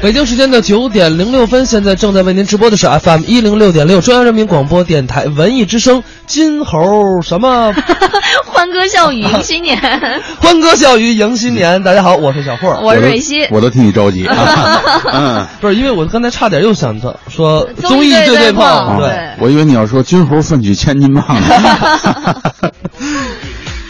北京时间的九点零六分，现在正在为您直播的是 FM 一零六点六，中央人民广播电台文艺之声，金猴什么 欢歌 笑语迎新年，欢歌笑语迎新年。大家好，我是小霍，嗯我是瑞希，我都替你着急。 嗯， 不是，因为我刚才差点又想到说综艺综艺对对对碰对，啊对哦我以为你要说“君侯奋举千斤棒” 呢。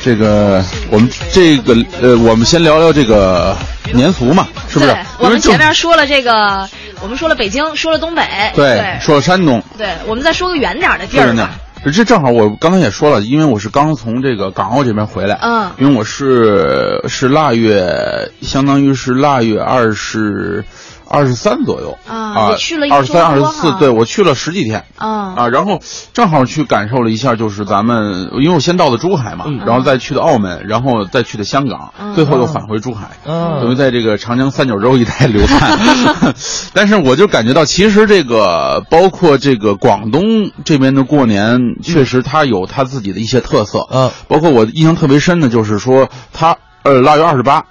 这个，我们这个呃，我们先聊聊这个年俗嘛，是不是对？因我为们就前面说了这个，我们说了北京，说了东北，对说了山东，对，我们再说个远点儿的地说儿了呢吧。。这正好，我刚才也说了，因为我是刚从这个港澳这边回来，嗯因为我是是腊月，相当于是腊月二十，二十三左右啊啊也去了一，二十三、二周十多四哈，对我去了十几天，嗯，啊，然后正好去感受了一下，就是咱们，因为我先到的珠海嘛，嗯然后再去的澳门，然后再去的香港，嗯最后又返回珠海，嗯等于在这个长江三角洲一带流窜。 但是我就感觉到，其实这个包括这个广东这边的过年，确实它有它自己的一些特色。嗯，包括我印象特别深的就是说，它呃腊月二十八，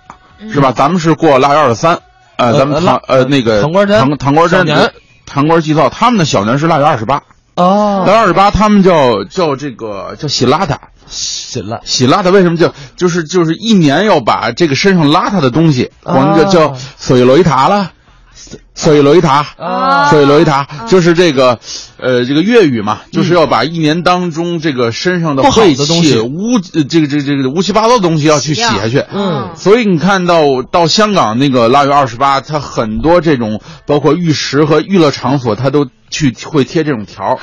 是吧？咱们是过腊月二十三，呃，嗯呃咱们呃唐腊呃那个唐官针唐唐官小针年。唐官祭灶，他们的小年是腊月二十八，哦，到二十八，他们叫叫这个叫洗邋遢，行了，洗邋遢为什么叫就是就是一年要把这个身上邋遢的东西，啊广东叫叫所以罗伊塔啦，所以罗伊塔，啊所以罗伊塔就是这个，呃，这个粤语嘛，就是要把一年当中这个身上的不好的晦东西气、污呃这个这个这个乌七八糟的东西要去洗下去，嗯所以你看到到香港那个腊月二十八，它很多这种包括浴池和娱乐场所，它都去会贴这种条 儿，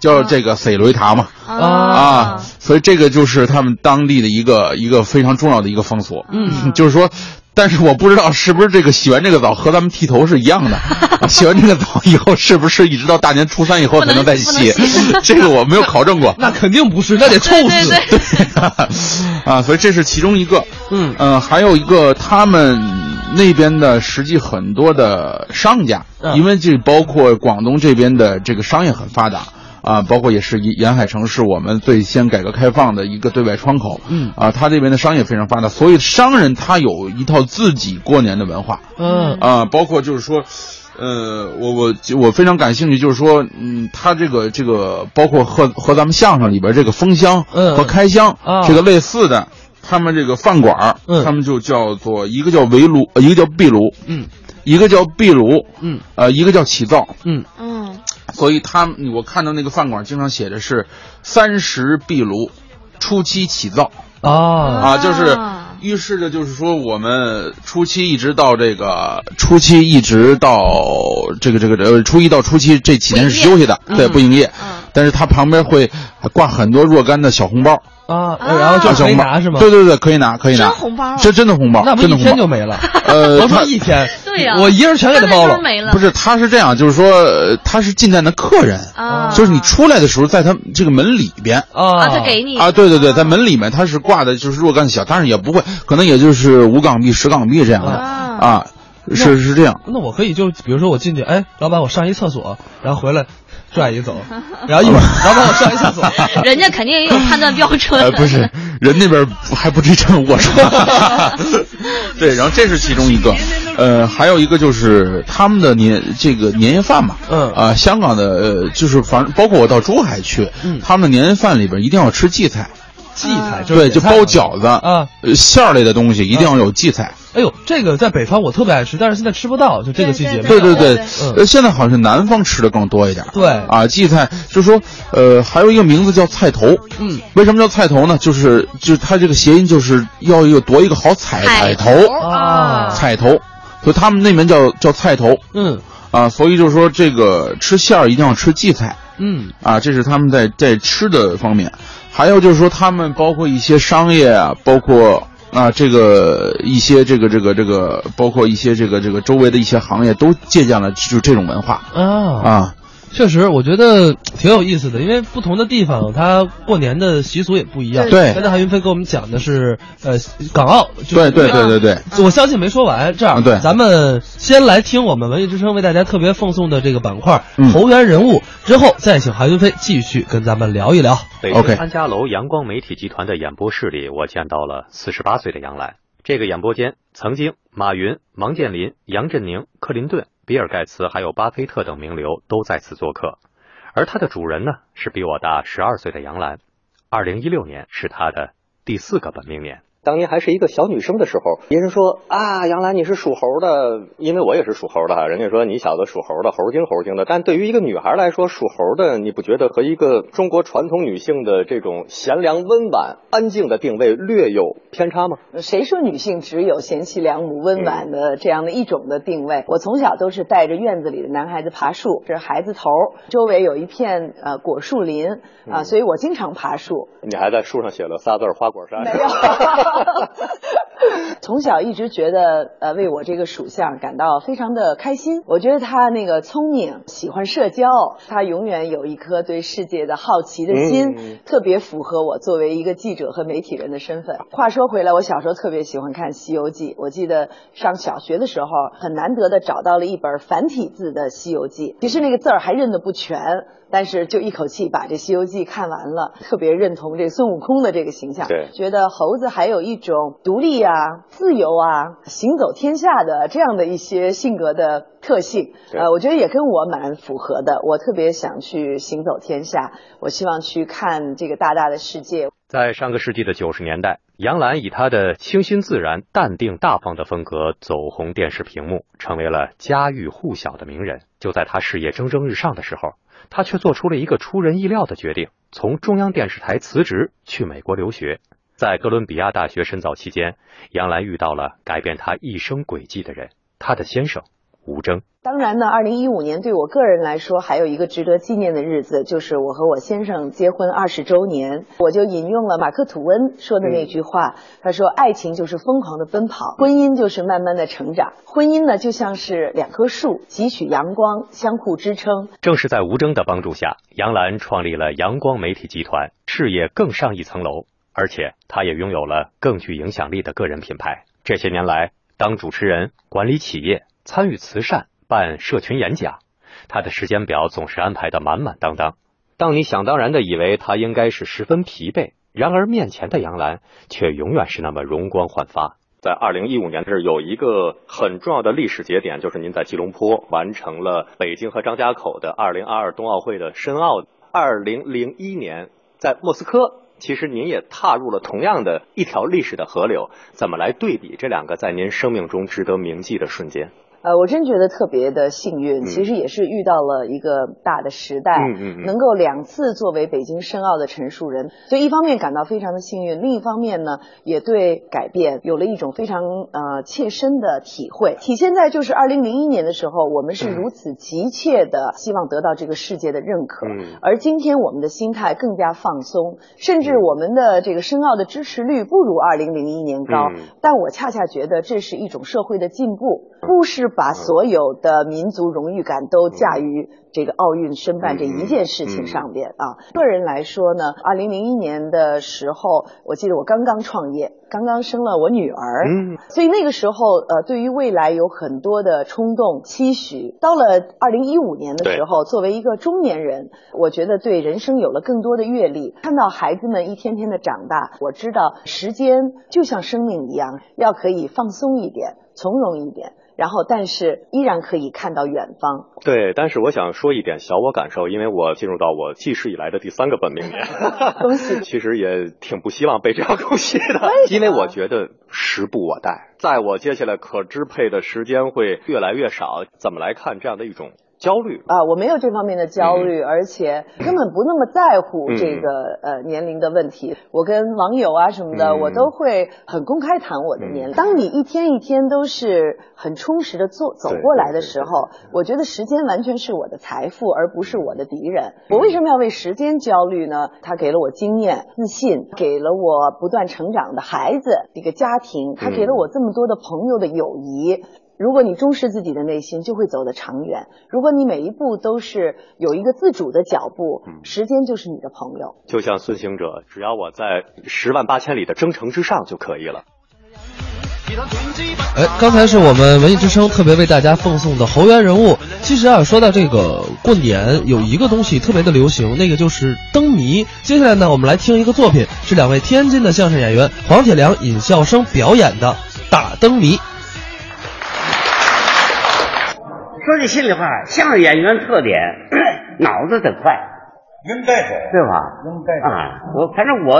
叫这个“塞雷塔”嘛啊，所以这个就是他们当地的一个一个非常重要的一个风俗。嗯， 就是说。但是我不知道是不是这个洗完这个澡和咱们剃头是一样的， 啊洗完这个澡以后是不是一直到大年初三以后才能再洗？ 这个我没有考证过。 那肯定不是，那得臭死。对对 啊，所以这是其中一个。嗯呃，还有一个他们那边的实际很多的商家，嗯因为这包括广东这边的这个商业很发达。啊，包括也是沿沿海城市，我们最先改革开放的一个对外窗口。嗯啊，他这边的商业非常发达，所以商人他有一套自己过年的文化。嗯啊，包括就是说，呃，我我我非常感兴趣，就是说，嗯，他这个这个包括和和咱们相声里边这个封箱嗯和开箱、啊这个类似的，他们这个饭馆儿，嗯他们就叫做一个叫围炉，呃一个叫壁炉，嗯一个叫壁炉，嗯呃，一个叫起灶，嗯，嗯，所以他们我看到那个饭馆经常写的是三十壁炉，初七起灶。啊啊，就是啊预示着就是说我们初期一直到这个初期一直到这个这个呃初一到初七这几天是休息的，对，不营业。嗯但是它旁边会挂很多若干的小红包，啊，然后大就小可以红包啊拿是吗？对对对，可以拿，可以拿。真红包啊这真的红包，那不真一的红天就包。没了？ 呃，甭它说一天，对呀我一人全给他包三分了钟。没了，不是，他是这样，就是说呃他是进店的客人，啊，就是你出来的时候，在他这个门里边。啊啊，他给你啊，对对对，在门里面它是挂的，就是若干小，但是也不会，可能也就是五港币、十港币这样的啊啊，是是这样。那我可以就比如说我进去，哎，老板，我上一厕所，然后回来拽一走，然后 一会儿，老板，我上一厕所，人家肯定也有判断标 准，呃，不是，人那边还不止这 么我说。对，然后这是其中一个，呃，还有一个就是他们的年这个年夜饭嘛，嗯啊、香港的呃，就是反正包括我到珠海去，嗯他们的年夜饭里边一定要吃荠菜，荠菜就是嗯对，就包韭菜饺子啊，呃馅儿类的东西一定要有荠菜。哎呦，这个在北方我特别爱吃，但是现在吃不到，就这个季节没有。对对对对，嗯呃，现在好像是南方吃的更多一点。对啊，荠菜就说，呃，还有一个名字叫菜头。嗯，为什么叫菜头呢？就是就是它这个谐音就是要有夺一个好彩海头，啊彩头，所以他们那边叫叫菜头嗯啊。所以就是说这个吃馅儿一定要吃荠菜嗯啊，这是他们在在吃的方面。还有就是说他们包括一些商业啊，包括。啊，这个一些这个这个这个，包括一些这个这个周围的一些行业都借鉴了就这种文化。啊，啊，确实，我觉得挺有意思的，因为不同的地方，它过年的习俗也不一样。对刚才韩云飞给我们讲的是，呃，港澳，就是对对对对对，我相信没说完，这样，啊对咱们先来听我们文艺之声为大家特别奉送的这个板块嗯《投缘人物》，之后再请韩云飞继续跟咱们聊一聊。北京 OK 安家楼阳光媒体集团的演播室里，我见到了四十八岁的杨澜。这个演播间曾经马云、王健林、杨振宁、克林顿、比尔盖茨还有巴菲特等名流都在此做客。而它的主人呢，是比我大十二岁的杨澜。二零一六年是他的第四个本命年。当年还是一个小女生的时候，别人说啊，杨澜你是属猴的，因为我也是属猴的哈。人家说你小子属猴的，猴精猴精的。但对于一个女孩来说，属猴的，你不觉得和一个中国传统女性的这种贤良温婉、安静的定位略有偏差吗？谁说女性只有贤妻良母、温婉的这样的一种的定位？我从小都是带着院子里的男孩子爬树，这是孩子头，周围有一片呃果树林啊、所以我经常爬树。你还在书上写了仨字儿花果山，没有， 从小一直觉得呃为我这个属相感到非常的开心。我觉得他那个聪明，喜欢社交，他永远有一颗对世界的好奇的心，嗯特别符合我作为一个记者和媒体人的身份。话说回来，我小时候特别喜欢看《西游记》，我记得上小学的时候很难得的找到了一本繁体字的《西游记》，其实那个字儿还认得不全。但是就一口气把这《西游记》看完了，特别认同这孙悟空的这个形象，对觉得猴子还有一种独立啊、自由啊、行走天下的这样的一些性格的特性。对呃，我觉得也跟我蛮符合的。我特别想去行走天下，我希望去看这个大大的世界。在上个世纪的九十年代，杨澜以她的清新自然、淡定大方的风格走红电视屏幕，成为了家喻户晓的名人。就在她事业蒸蒸日上的时候，她却做出了一个出人意料的决定：从中央电视台辞职，去美国留学。在哥伦比亚大学深造期间，杨澜遇到了改变她一生轨迹的人——她的先生吴征。当然呢，二零一五年对我个人来说还有一个值得纪念的日子，就是我和我先生结婚二十周年。我就引用了马克·吐温说的那句话，他说：“爱情就是疯狂的奔跑，婚姻就是慢慢的成长。婚姻呢，就像是两棵树，汲取阳光，相互支撑。正是在吴征的帮助下，杨澜创立了阳光媒体集团，事业更上一层楼，而且她也拥有了更具影响力的个人品牌。这些年来，当主持人、管理企业、参与慈善、办社群演讲，她的时间表总是安排得满满当当。当你想当然的以为她应该是十分疲惫，然而面前的杨澜却永远是那么容光焕发。在二零一五年这儿有一个很重要的历史节点，就是您在吉隆坡完成了北京和张家口的二零二二冬奥会的申奥。二零零一年在莫斯科，其实您也踏入了同样的一条历史的河流。怎么来对比这两个在您生命中值得铭记的瞬间？”呃，我真觉得特别的幸运，其实也是遇到了一个大的时代。嗯能够两次作为北京申奥的陈述人，所以一方面感到非常的幸运，另一方面呢，也对改变有了一种非常呃切身的体会。体现在就是二零零一年的时候，我们嗯是如此急切的希望得到这个世界的认可，嗯而今天我们的心态更加放松，甚至我们的这个申奥的支持率不如二零零一年高，嗯但我恰恰觉得这是一种社会的进步，不是把所有的民族荣誉感都驾于这个奥运申办这一件事情上边啊。个人来说呢，二零零一年的时候，我记得我刚刚创业，刚刚生了我女儿，嗯，所以那个时候，呃，对于未来有很多的冲动、期许。到了二零一五年的时候，作为一个中年人，我觉得对人生有了更多的阅历，看到孩子们一天天的长大，我知道时间就像生命一样，要可以放松一点，从容一点，然后但是依然可以看到远方。对，但是我想说一点小我感受，因为我进入到我记事以来的第三个本命 年，恭喜其实也挺不希望被这样恭喜的，因为我觉得时不我待，在我接下来可支配的时间会越来越少，怎么来看这样的一种焦虑？啊，我没有这方面的焦虑，而且根本不那么在乎这嗯个、呃年龄的问题。我跟网友啊什么的，嗯我都会很公开谈我的年龄。当你一天一天都是很充实的做走对过对来的对时候，我觉得时间完全是我的财富，而不是我的敌人。我嗯为什么要为时间焦虑呢？它给了我经验、自信，给了我不断成长的孩子、一个家庭，它给了我这么多的朋友的友谊。如果你重视自己的内心，就会走得长远。如果你每一步都是有一个自主的脚步，时间就是你的朋友。就像孙行者，只要我在十万八千里的征程之上就可以了。哎，刚才是我们文艺之声特别为大家奉送的侯园人物。其实啊，说到这个过年，有一个东西特别的流行，那个就是灯谜。接下来呢，我们来听一个作品，是两位天津的相声演员黄铁良、尹笑声表演的《打灯谜》。说句心里话，相声演员特点， 脑子得快，应该得对吧？应该得啊，我反正我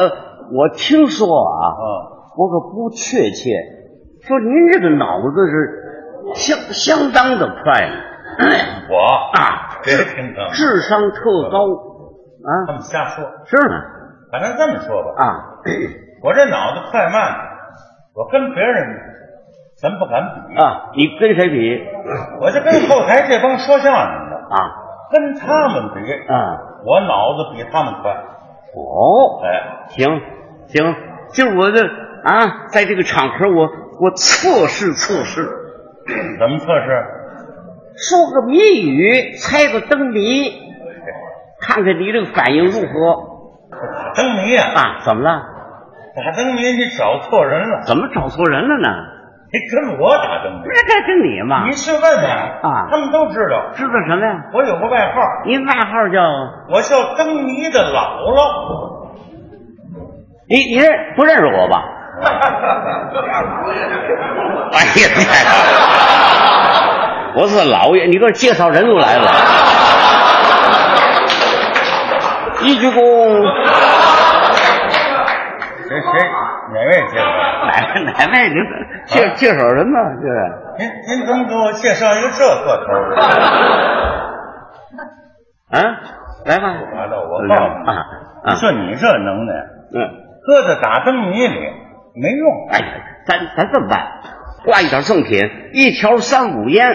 我听说啊，啊，我可不确切，说您这个脑子是相相当的快我啊，别听他们智商特高啊他，们嗯瞎说，是吗？反正这么说吧，啊 我这脑子快慢，我跟别人咱不敢比，啊，你跟谁比我就跟后台这帮说相声的，啊？跟他们比，啊，我脑子比他们快，哦，哎，行行，就是我的啊，在这个场合我我测试测试，怎么测试？说个谜语，猜个灯谜，看看你这个反应如何灯谜啊，啊？怎么了？打灯谜你找错人了，怎么找错人了呢？你哎跟我打灯谜，那该是你嘛？你去问问啊他们都知道，知道什么呀？我有个外号，您外号叫我叫灯谜的姥姥。你你认不认识我吧？哎呀，我是老爷，你给我介绍人物来 了。一鞠躬，谁谁哪位介绍？哪位哪位？您介介绍人嘛？这是您您怎么给我介绍一个这个 头儿的？啊，来吧。完了，我告诉你，啊啊你，说你这能耐，嗯，搁在打灯谜里没用。哎呀，咱咱这么办，挂一点赠品，一条三五烟，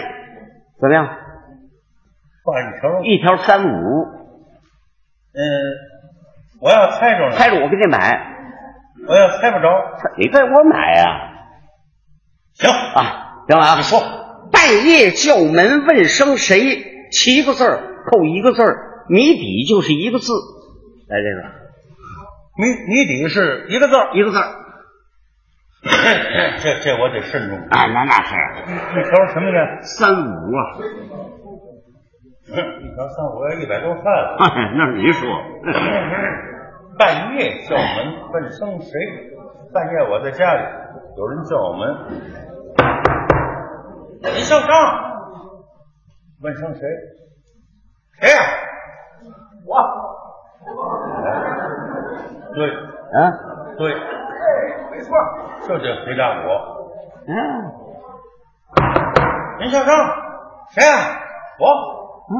怎么样？挂一条，一条三五，嗯，我要猜着猜了，着我给你买，我要猜不着，你给我买呀、行，啊，行了啊，说半夜叫门问声谁，七个字儿扣一个字儿，谜底就是一个字。来这谜谜底是一个字儿，个一个字儿这这这我得慎重。啊，那那是一条什么呢？三五啊，一条三五要一百多 块了。那是你说， 半夜叫门，问声谁？半夜我在家里，有人叫我门，你姓张，问声谁？谁呀、我。对啊，对，没错，就得回答我。嗯、您姓张，谁呀、我。嗯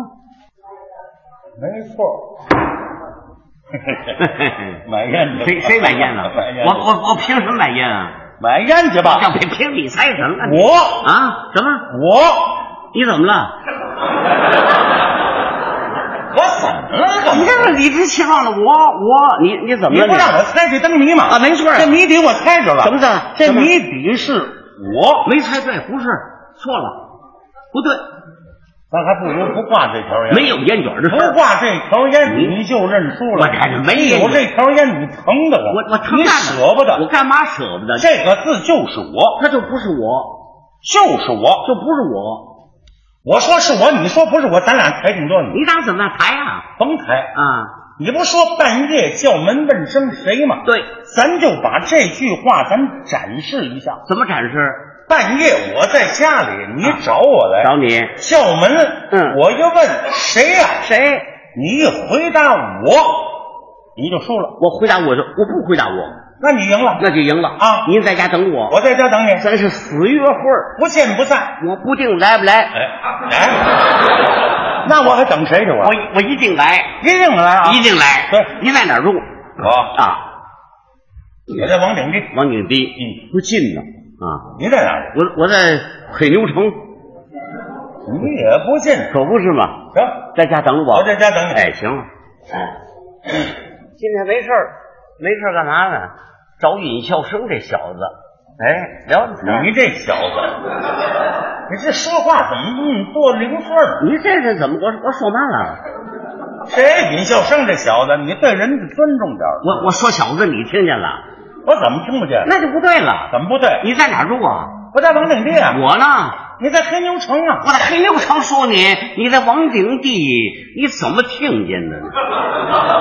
没 错。买烟去谁吧谁买烟呢买烟？去我我我凭什么买烟啊？买烟去吧。要凭凭你猜什么？我啊？什么？我你怎么了？我怎么了？怎你么这了个理直气壮的，我我你你怎么你了？不让我猜这灯谜吗？啊没错这谜底我猜着了。什么的这什么谜底是我，没猜对，不是错了，不对，咱还不如不挂这条烟。没有烟卷儿的事不儿挂这条烟，你就认输我了。这没有这条烟，你疼的我我成你干舍不我得。干嘛舍不得？这个字就是我，他就不是我，就是我。就不是我，我说是我，你说不是我，咱俩抬挺多你你打怎么抬呀？甭抬。啊，你不说半夜叫门问声谁吗？对，咱就把这句话咱展示一下。怎么展示？半夜我在家里，你找我来，啊找你校门，嗯我一问谁呀、谁？你一回答我，你就输了，我回答我就我不回答我，那你赢了。那就赢了啊您在家等我，我在家等你，咱是死约会，不见不散。我不定来不来，哎哎，那我还等谁去？啊我我我一定来，一定来啊！一定来。对您在哪儿住？我啊，我在王鼎基，王景堤，嗯，不近呢。啊，你在哪儿？我我在水牛城，你也不近。可不是嘛，行，在家等着我。我在家等你。哎，行了，哎，今天没事儿，没事儿干嘛呢？找尹笑生这小子，哎，聊你你这小子，你这说话怎么那么多零碎儿？你这是怎么？我我说慢了，啊谁尹笑生这小子？你对人家尊重点儿。我我说小子，你听见了？我怎么听不见？那就不对了。怎么不对？你在哪儿住啊？我在王鼎地啊，我呢，你在黑牛城啊我。在黑牛城说你，你在王鼎地，你怎么听见的呢？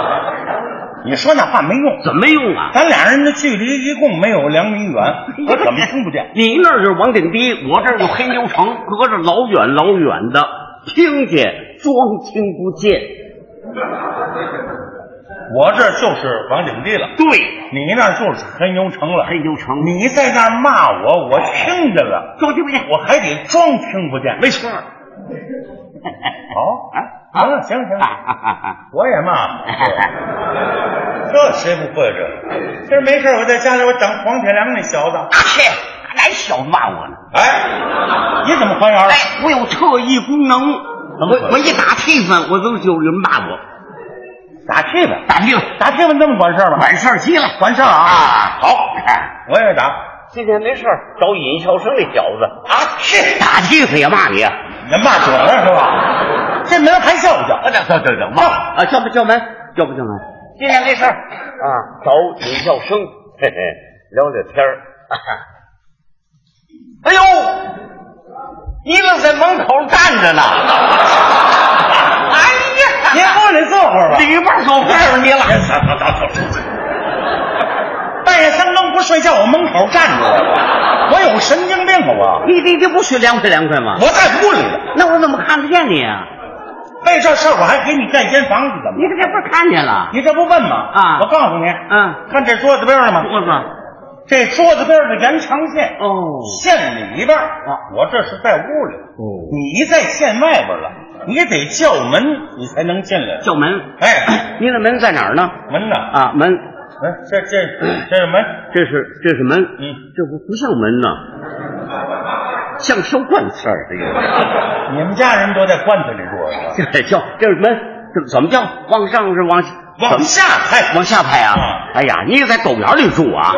你说那话没用，怎么用啊？咱俩人的距离一共没有两米远， 我怎么听不见？你那儿就是王鼎堤，我这儿就黑牛城，隔着老远老远的。听见装听不见。我这就是王景帝了，对，你那就是陈油成了。陈油成你在那儿骂我，我听见了，装哎听不见。我还得装听不见。没错。好，啊行了，行了行了，啊！我也 骂。这谁不会这？今儿没事儿，我在家里我等黄铁良那小子。切，哪小子骂我呢？哎，你怎么还原了？哎，我有特异功能，我我一打气氛，我都有人骂我，打气氛，打气氛，打气氛这么管事儿吗？管事儿极了，管事儿啊好， 我也打。今天没事儿找尹笑生这小子啊，是打气氛也骂你啊？人骂准了 是吧？这门还叫不 叫？对对对，忘了啊，叫不叫门？叫不叫门？今天没事儿啊，找尹笑生，嘿嘿，聊聊天儿。哎呦，你愣在门口站着呢？哎呀，您过来坐会儿吧。里边狗告诉你了。半夜三更不睡觉，我门口站着，我有神经病啊！哦你你这不是凉快凉快吗我？我在屋里呢，那我怎么看得见你啊？为这事儿我还给你盖间房子怎你么？这不是看见了？你这不问吗？啊我告诉你，嗯，看这桌子边儿了吗？我说，这桌子边儿的延长线，哦线里边儿啊我这是在屋里，哦，你在线外边了，你得叫门，你才能进来。叫门。哎， 你的门在哪儿呢？门呢？啊，门哎，这这这是门， 这是这是门，嗯，这不不像门呐，像收罐刺儿这你们家人都在棺材里住是吧？个，这叫这是门，怎怎么叫？往上是往往下拍，拍往下拍啊！啊哎呀，你也在狗园里住啊？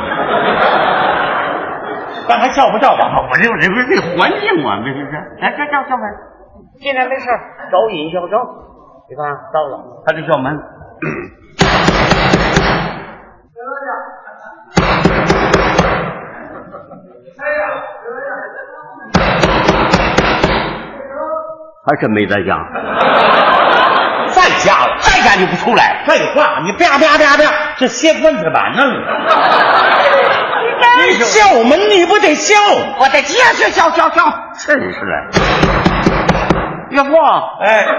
但还叫不叫吧？ 我这我这不是这环境啊，这这这，来这叫叫门，进来没事儿，找尹小生，你看到了，他就叫门。还真没在家， 在家了，在家就不出来。废话，你啪啪啪啪，这歇棺材板呢你？你叫门你不得叫？我在家去叫叫叫，真是的。啊岳父，哎，对，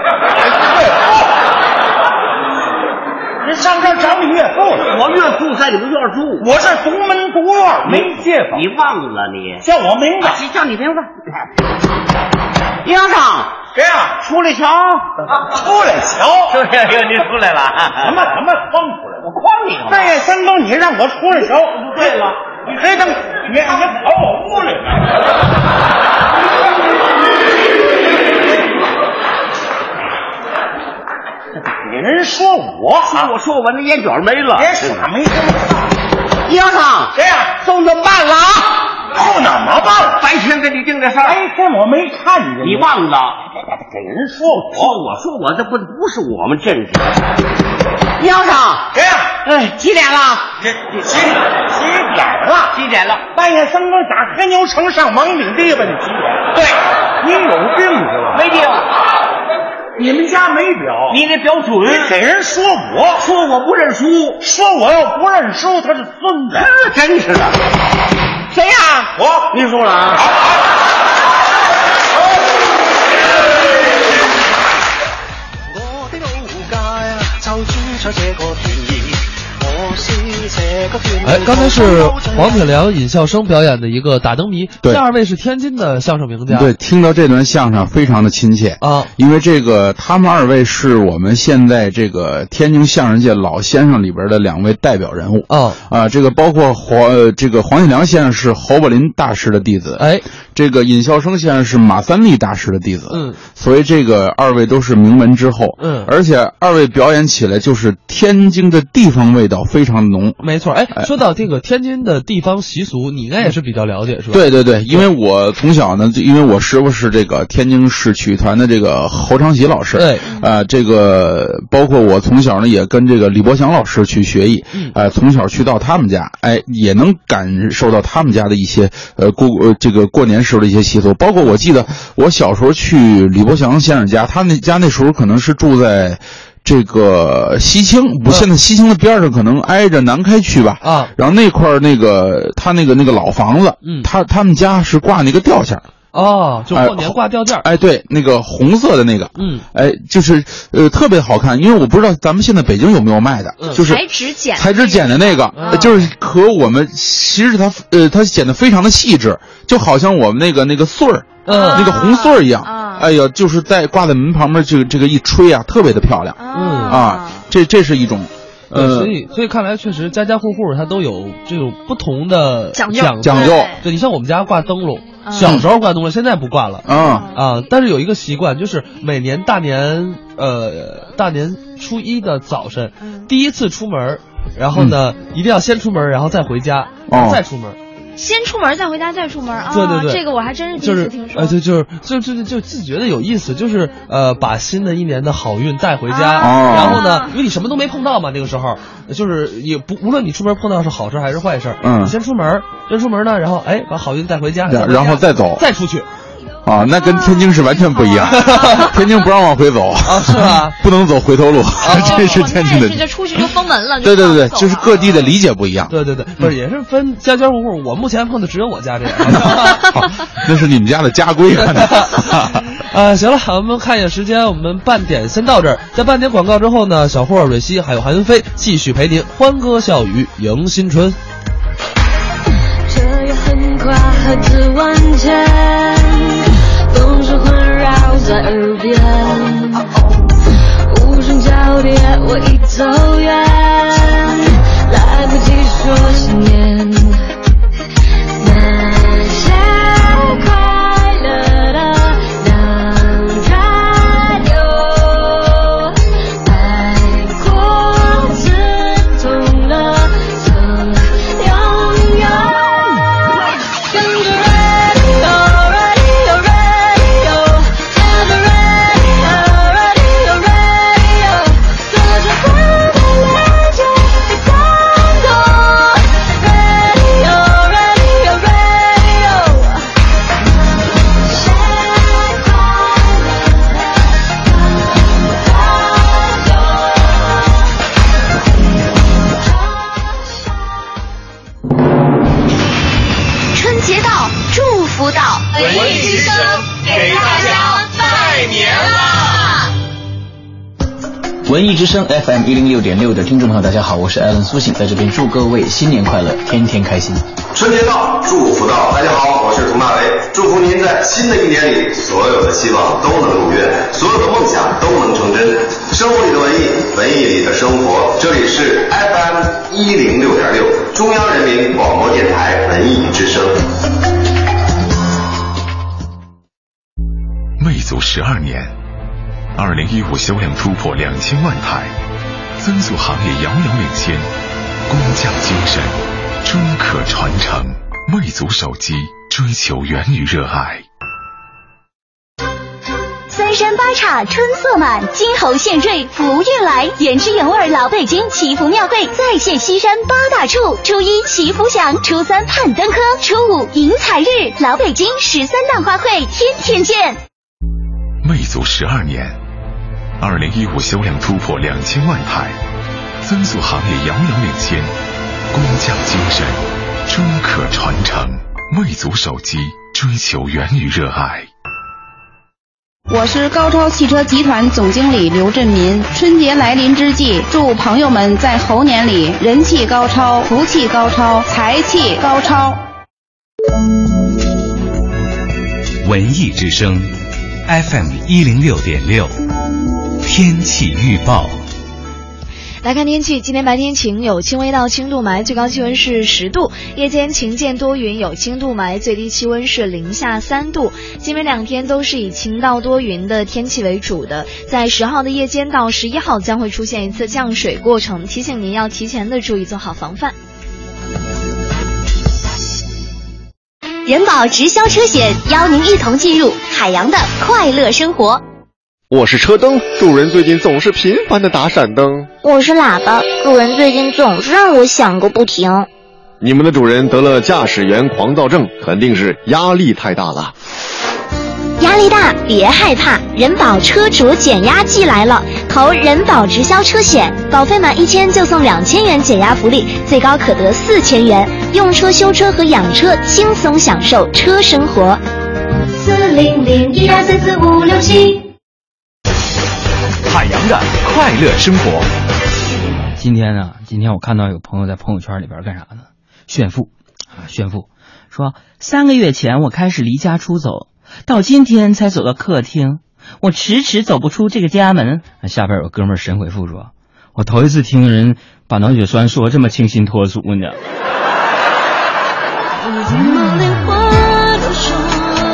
人上这儿找你岳父了，我岳父在你们院儿住，我这独门独院没街坊，你忘了你？叫我名啊字叫你名字。哎杨上，谁啊呀？出来瞧。出来 瞧，对呀，哟，您出来了。什么什么诓出来我诓你半夜三更，你让我出来瞧，对了，你还等你你跑我屋里呢？人说我，啊说我说我那烟卷没了。别耍没听话，杨上，谁呀？都那么办了啊？都怎么办了？白天跟你定这事儿，白天我没看见你忘了？给人说我，说我说我这不不是我们镇上。杨上，谁呀？哎，几点了？这这几几点了？几点了？半夜三更打黑牛城上王鼎地吧？你几点？对，你有病是吧？没定。你们家没表，你这标准，给人说我，说我不认输，说我要不认输，他是孙子。真是的。谁呀？我您说了啊？我的老家呀，就住在这个田野，我是这个田。哎，刚才是黄铁良、尹笑声表演的一个打灯谜，对第二位是天津的相声名家，对，听到这段相声非常的亲切啊因为这个他们二位是我们现在这个天津相声界老先生里边的两位代表人物啊，啊，这个包括黄呃这个黄铁良先生是侯宝林大师的弟子，哎，这个尹笑生先生是马三立大师的弟子，嗯，所以这个二位都是名门之后，嗯而且二位表演起来就是天津的地方味道非常浓，没错。哎，说到这个天津的地方习俗，你应该也是比较了解是吧？，对对对，因为我从小呢，就因为我师傅是这个天津市曲艺团的这个侯长喜老师，对，呃，这个包括我从小呢也跟这个李伯祥老师去学艺，嗯呃，从小去到他们家，哎，也能感受到他们家的一些呃过呃这个过年时候的一些习俗，包括我记得我小时候去李伯祥先生家，他那家那时候可能是住在。这个西青不，现在西青的边儿上可能挨着南开区吧，啊然后那块儿那个他那个那个老房子，嗯他他们家是挂那个吊线儿，哦，就过年挂吊件儿。哎，对，那个红色的那个，嗯，哎，就是呃特别好看，因为我不知道咱们现在北京有没有卖的，嗯就是裁纸剪的裁纸剪的那个，嗯呃就是和我们其实它呃它剪的非常的细致，就好像我们那个那个穗儿。嗯那个红穗儿一样，啊哎呀，就是在挂在门旁边，这个这个一吹啊，特别的漂亮嗯啊，这这是一种，对呃嗯所，以所以看来确实家家户户它都有这种不同的讲究讲讲究对对你像我们家挂灯笼，嗯小时候挂灯笼，现在不挂了。啊啊，但是有一个习惯，就是每年大年呃大年初一的早晨，嗯第一次出门儿，然后呢、嗯一定要先出门儿，然后再回家，然哦后再出门儿。先出门再回家再出门啊，对对对，这个我还真是第就一是次听说。呃，就就是就就就自觉的有意思，就是呃，把新的一年的好运带回家，哦然后呢，因为你什么都没碰到嘛，那个时候就是也不无论你出门碰到是好事还是坏事，嗯你先出门，先出门呢，然后哎，把好运带回家，然回家然后再走再出去啊，那跟天津是完全不 一样，天津不让往回走啊，是吧？ 不能走回头路， 这是哦天那津的也是，就出去就封门了。对对不对对，让走就是了各地的理解不一样，对对对，不是也是分家家户户，我目前碰的只有我家这样。好那是你们家的家规啊可能。 呃，行了，我们看一眼时间，我们半点先到这儿。在半点广告之后呢，小霍、蕊希还有韩云飞继续陪您欢歌笑语迎新春。这月很快和子完全，总是环绕在耳边，无声交叠，我已走远，来不及说新年。那些快乐的当然有，爱过刺痛了，曾拥有。跟着 radio radio radio，跟着 radio radio radio，做着快乐篮球的动作。radio radio radio，谁快春节到，祝福到，文艺之声给大家拜年啦！文艺之声 FM 一零六点六的听众朋友，大家好，我是 Alan 苏醒，在这边祝各位新年快乐，天天开心。春节到，祝福到。大家好，我是佟大为，祝福您在新的一年里，所有的希望都能如愿，所有的梦想都能成真。生活里的文艺，文艺里的生活。这里是 FM 一零六点六，中央人民广播电台文艺之声。魅族十二年，二零一五销量突破两千万台，增速行业遥遥领先，工匠精神终可传承。魅族手机追求源于热爱。三山八岔春色满，金猴献瑞福运来，原汁原味老北京祈福庙会再现西山八大处：初一祈福祥，初三盼登科，初五迎财日，老北京十三大花卉，天天见。魅族十二年，二零一五销量突破两千万台，增速行业遥遥领先，工匠精神终可传承。魅族手机追求源于热爱。我是高超汽车集团总经理刘振民。春节来临之际，祝朋友们在猴年里人气高超、福气高超、财气高超。文艺之声，FM 一零六点六，天气预报。来看天气，今天白天晴，有轻微到轻度霾，最高气温是十度；夜间晴间多云，有轻度霾，最低气温是零下三度。今明两天都是以晴到多云的天气为主的，在十号的夜间到十一号将会出现一次降水过程，提醒您要提前的注意做好防范。人保直销车险邀您一同进入海洋的快乐生活。我是车灯，路人最近总是频繁的打闪灯。我是喇叭，路人最近总是让我响个不停。你们的主人得了驾驶员狂躁症，肯定是压力太大了。压力大，别害怕，人保车主减压季来了！投人保直销车险，保费满一千就送两千元减压福利，最高可得四千元，用车、修车和养车轻松享受车生活。所零零一二三四五六七。海洋的快乐生活。今天啊，今天我看到有朋友在朋友圈里边干啥呢？炫富啊，炫富，说三个月前我开始离家出走，到今天才走到客厅，我迟迟走不出这个家门。啊下边有哥们儿神回复说，我头一次听人嗯把脑血栓说这么清新脱俗呢。梦里话都说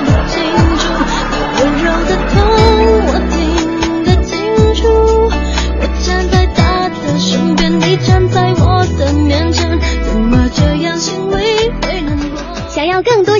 不清楚，你温柔的痛我听得清楚。我站在他的身边，你站在我的面前，怎么这样心里会难过？想要更多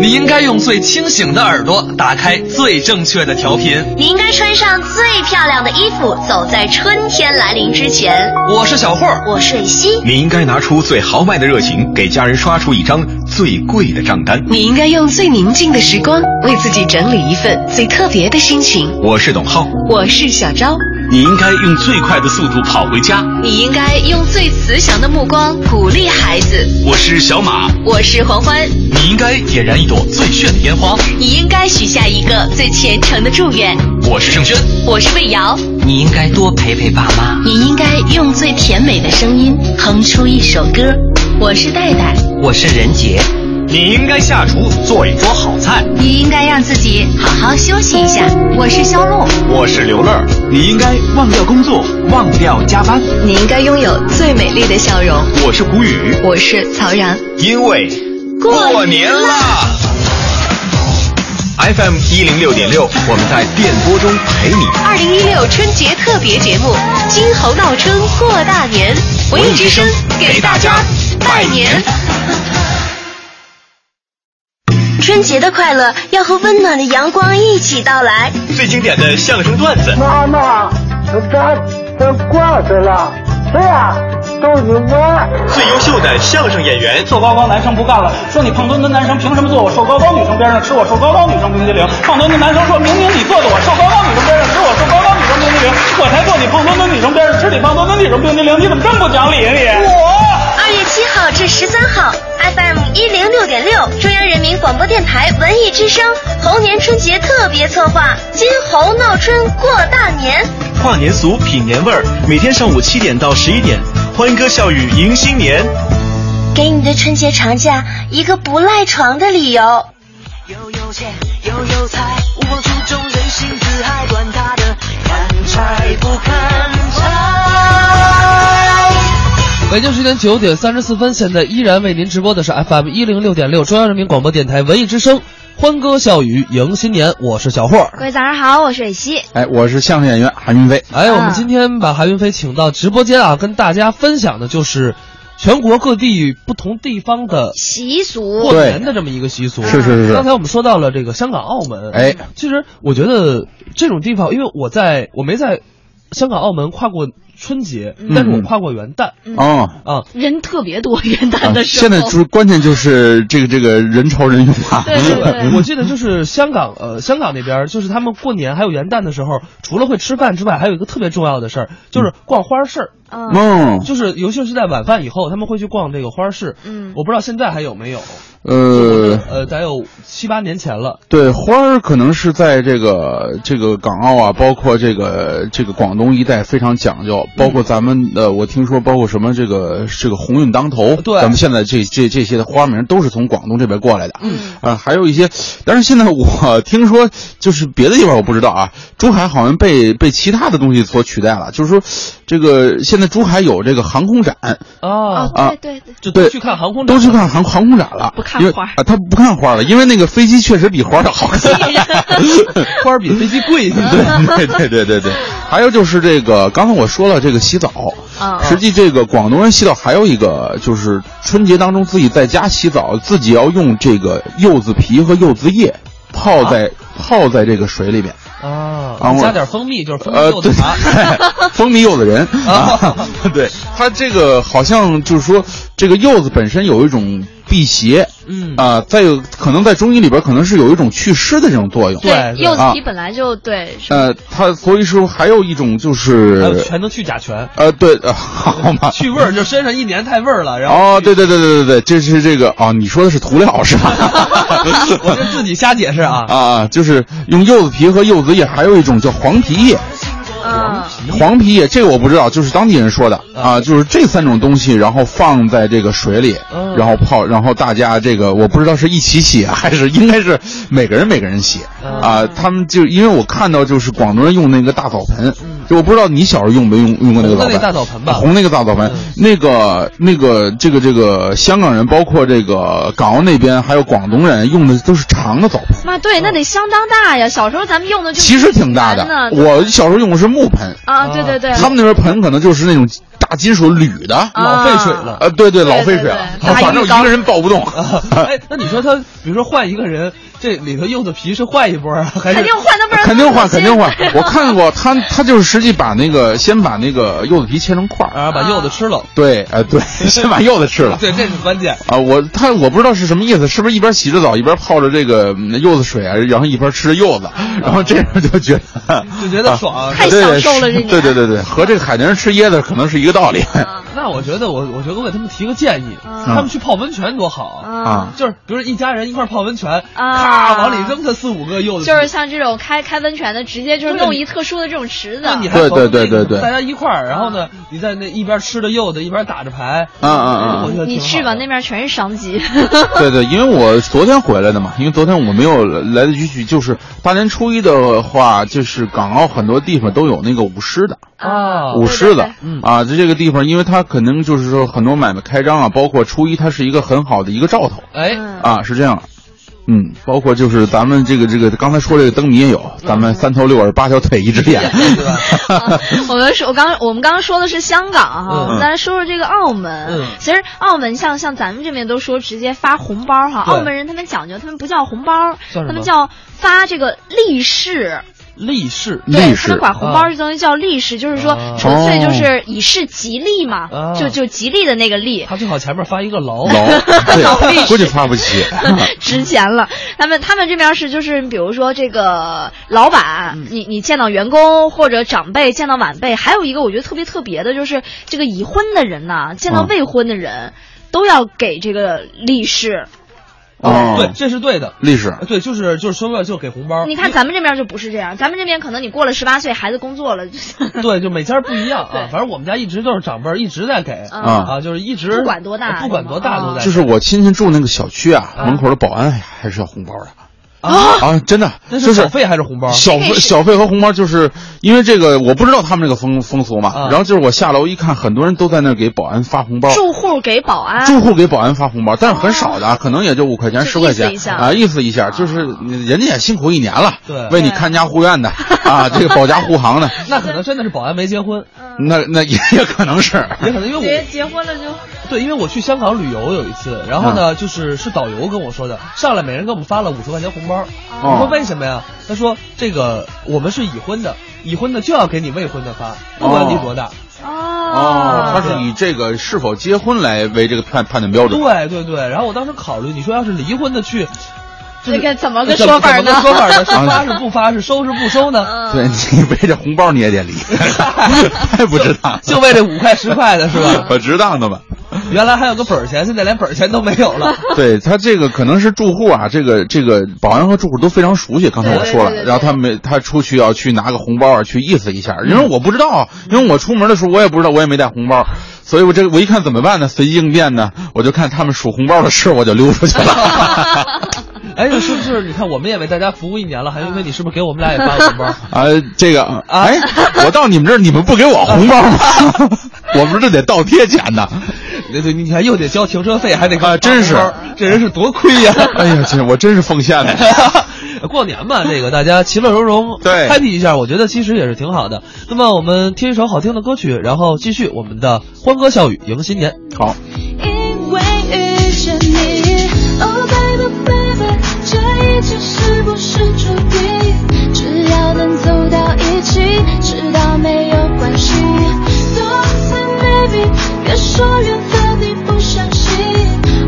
你应该用最清醒的耳朵打开最正确的调频。你应该穿上最漂亮的衣服，走在春天来临之前。我是小霍，我是西。你应该拿出最豪迈的热情，给家人刷出一张最贵的账单。你应该用最宁静的时光，为自己整理一份最特别的心情。我是董浩，我是小昭，你应该用最快的速度跑回家。你应该用最慈祥的目光鼓励孩子。我是小马，我是黄欢，你应该点燃一朵最炫的烟花。你应该许下一个最虔诚的祝愿。我是盛轩，我是魏瑶，你应该多陪陪爸妈。你应该用最甜美的声音哼出一首歌。我是戴戴，我是任杰，你应该下厨做一桌好菜。你应该让自己好好休息一下。我是肖璐，我是刘乐，你应该忘掉工作，忘掉加班。你应该拥有最美丽的笑容。我是谷雨，我是曹然。因为过年啦！FM 一零六点六，我们在电波中陪你。二零一六春节特别节目《金猴闹春过大年》，文艺之声给大家拜年。春节的快乐要和温暖的阳光一起到来。最经典的相声段子，妈妈，我家都挂着了，对呀、都你妈。最优秀的相声演员，瘦高高男生不干了，说你胖墩墩男生凭什么坐我瘦高高女生边上吃我瘦高高女生冰激凌？胖墩墩男生说明明你坐的我瘦高高女生边上吃我瘦高高女生冰激凌，我才坐你胖墩墩女生边上吃你胖墩墩女生冰激凌，你怎么这么不讲理啊你？二月七号至十三号，FM 一零六点六，中央人民广播电台文艺之声猴年春节特别策划《金猴闹春过大年》。跨年俗品年味儿，每天上午七点到十一点，欢歌笑语迎新年。给你的春节长假一个不赖床的理由。又有钱又有才，无忘初衷，人心自嗨，管他的砍柴不砍柴。北京时间九点三十四分，现在依然为您直播的是 FM 一零六点六中央人民广播电台文艺之声，欢歌笑语迎新年，我是小霍。各位早上好，我是蕊希。哎，我是相声演员韩云飞。哎，啊我们今天把韩云飞请到直播间啊，跟大家分享的就是全国各地不同地方的习俗过年的这么一个习俗。是是是刚才我们说到了这个香港、澳门，哎，其实我觉得这种地方，因为我在我没在香港、澳门跨过春节，但是我跨过元旦。嗯哦啊，人特别多，元旦啊的时候。现在就是关键就是这个这个人潮人涌啊。对对对我记得就是香港，呃，香港那边儿就是他们过年还有元旦的时候，除了会吃饭之外，还有一个特别重要的事儿，就是逛花市。嗯就是尤其是在晚饭以后，他们会去逛这个花市。嗯，我不知道现在还有没有，呃，呃，得有七八年前了。对，花儿可能是在这个这个港澳啊，包括这个这个广东一带非常讲究，包括咱们呃，我听说包括什么这个这个鸿运当头，啊对咱们现在这这这些的花名都是从广东这边过来的，嗯，啊，还有一些，但是现在我听说就是别的地方我不知道啊，珠海好像被被其他的东西所取代了，就是说这个现在珠海有这个航空展，啊啊对对对，就都去看航空展都去看航航空展了，不看因为啊，他不 看花了，因为那个飞机确实比花要好看，花儿比飞机贵。 对对对对对对。还有就是这个，刚才我说了这个洗澡，嗯啊实际这个广东人洗澡还有一个就是春节当中自己在家洗澡，自己要用这个柚子皮和柚子叶泡在、嗯泡在这个水里边。啊啊我加点蜂蜜就是蜂蜜呃，柚对 子茶。，蜂蜜柚子仁啊， 对，它这个好像就是说，这个柚子本身有一种辟邪，嗯啊，再有可能在中医里边可能是有一种祛湿的这种作用，对，柚子啊皮本来就对，是呃，它所以说还有一种就还有是，全能去甲醛，呃，对， 呃好嘛，去味儿，就身上一年太味儿了，然后哦，对对对对对对，这是这个哦，你说的是涂料是吧？ 我就自己瞎解释啊。啊啊，就是用柚子皮和柚子叶，还有一种叫黄皮叶。黄皮叶，这个我不知道，就是当地人说的啊，就是这三种东西，然后放在这个水里，嗯然后泡，然后大家这个我不知道是一起洗啊还是应该是每个人每个人洗嗯啊。他们就因为我看到就是广东人用那个大澡盆，就我不知道你小时候用没用用过那个嗯红的那澡盆，啊大澡盆吧嗯红那个大澡盆，那个那个这个这个香港人，包括这个港澳那边还有广东人用的都是长的澡盆。妈对，那得相当大呀。小时候咱们用的就其实挺大的难呢，我小时候用的是木盆，啊，对对对，啊他们那边盆可能就是那种大金属铝的，老费水了呃，对对，老费水了，对对啊反正一个人 抱不动。哎，那你说他，比如说换一个人，这里头柚子皮是换一波啊，还是肯定换，那不然肯定换，怎肯么定换进来。我看过他，他就是实际把那个先把那个柚子皮切成块儿，然后啊把柚子吃了。对，呃，对， 先把柚子吃了。对，这是关键。啊，我他我不知道是什么意思，是不是一边洗着澡一边泡着这个嗯柚子水啊，然后一边吃着 柚子，然后这样就觉得就觉得 爽啊太享受了这年对对对对，和这个海南人吃椰子可能是一个道理。啊那我觉得我，我觉得我给他们提个建议，嗯他们去泡温泉多好啊就是比如一家人一块儿泡温泉，啊咔往里扔他四五个柚子皮，就是像这种开开温泉的，直接就是弄一特殊的这种池子。那你还对甭对对那个对对大家一块儿，然后嗯呢，你在那一边吃着柚子，一边打着牌，嗯嗯嗯我觉得你挺好去吧，那面全是 商机。对对，因为我昨天回来的嘛，因为昨天我没有来得及去，就是大年初一的话，就是港澳很多地方都有那个舞狮的。啊，哦舞狮子嗯啊，在这个地方，因为它可能就是说很多买卖开张啊，包括初一，它是一个很好的一个兆头哎，啊，是这样。嗯，包括就是咱们这个这个刚才说这个灯谜也有，咱们三头六耳八条腿一只眼，我们说，我刚我们刚刚说的是香港哈，嗯我们再来说说这个澳门。嗯其实澳门像像咱们这边都说直接发红包哈，对澳门人他们讲究，他们不叫红包，叫什么他们叫发这个利是。立式，对，他们管红包这东西叫利是，就是说啊纯粹哦就是以示吉利嘛，啊就就吉利的那个利。他最好前面发一个牢，牢，劳力对，士估计发不起。 值钱了。他们他们这边是就是，比如说这个老板，你你见到员工或者长辈见到晚辈，还有一个我觉得特别特别的，就是这个已婚的人呐、见到嗯未婚的人，都要给这个利是。哦对，这是对的，历史对，就是就是说白了就是给红包，你看咱们这边就不是这样，咱们这边可能你过了十八岁，孩子工作了，就对，就每家不一样啊。反正我们家一直都是长辈儿一直在给啊啊，就是一直不管多大啊不管多大都在给。就是我亲戚住那个小区啊，啊门口的保安还还是要红包的。啊啊，真的，那是就是小费还是红包小费、这是小费和红包，就是因为这个，我不知道他们这个风风俗嘛。啊然后就是我下楼一看，很多人都在那儿给保安发红包，住户给保啊安，住户给保安发红包，但是很少的，啊，可能也就五块钱、十块钱意思一下啊，意思一下，就是人家也辛苦一年了，对为你看家护 院的啊，这个保驾护航的， 那可能真的是保安没结婚，嗯那那也也可能是，也可能因为我结结婚了就对，因为我去香港旅游有一次，然后呢，就是是导游跟我说的，上来每人给我们发了五十块钱红包。我说为什么呀？他说这个我们是已婚的，已婚的就要给你未婚的发，不管你多大。哦，他是以这个是否结婚来为这个判判断标准。对对对，然后我当时考虑，你说要是离婚的去，这这个怎么个个说法怎么呢个说法呢？是 啊发是不发？是收是不收呢？对你为这红包你也 得离，太不值当了，就为这五块十块的是吧？ 可值当的吧？原来还有个本儿钱，现在连本儿钱都没有了。对他这个可能是住户啊，这个这个保安和住户都非常熟悉。刚才我说了，对对对对然后他没他出去要去拿个红包啊，去意思一下，因为我不知道啊，因为我出门的时候我也不知道，我也没带红包，所以我这个我一看怎么办呢？随机应变呢，我就看他们数红包的事，我就溜出去了。哎，是不是？你看，我们也为大家服务一年了，还因为你是不是给我们俩也发了红包？啊，这个 哎，我到你们这儿，你们不给我红包吗？我们这得倒贴钱呢。那 对，你看又得交停车费，还得啊，真是这人是多亏呀！哎呀，这我真是奉献了。 过年嘛，这个大家其乐融融， 对，happy 一下，我觉得其实也是挺好的。那么我们听一首好听的歌曲，然后继续我们的欢歌笑语迎新年。好，因为遇见你，Oh baby baby，这一切是不是注定？只要能走到一起，知道没有关系。Don't say maybe，别说缘分你不相信。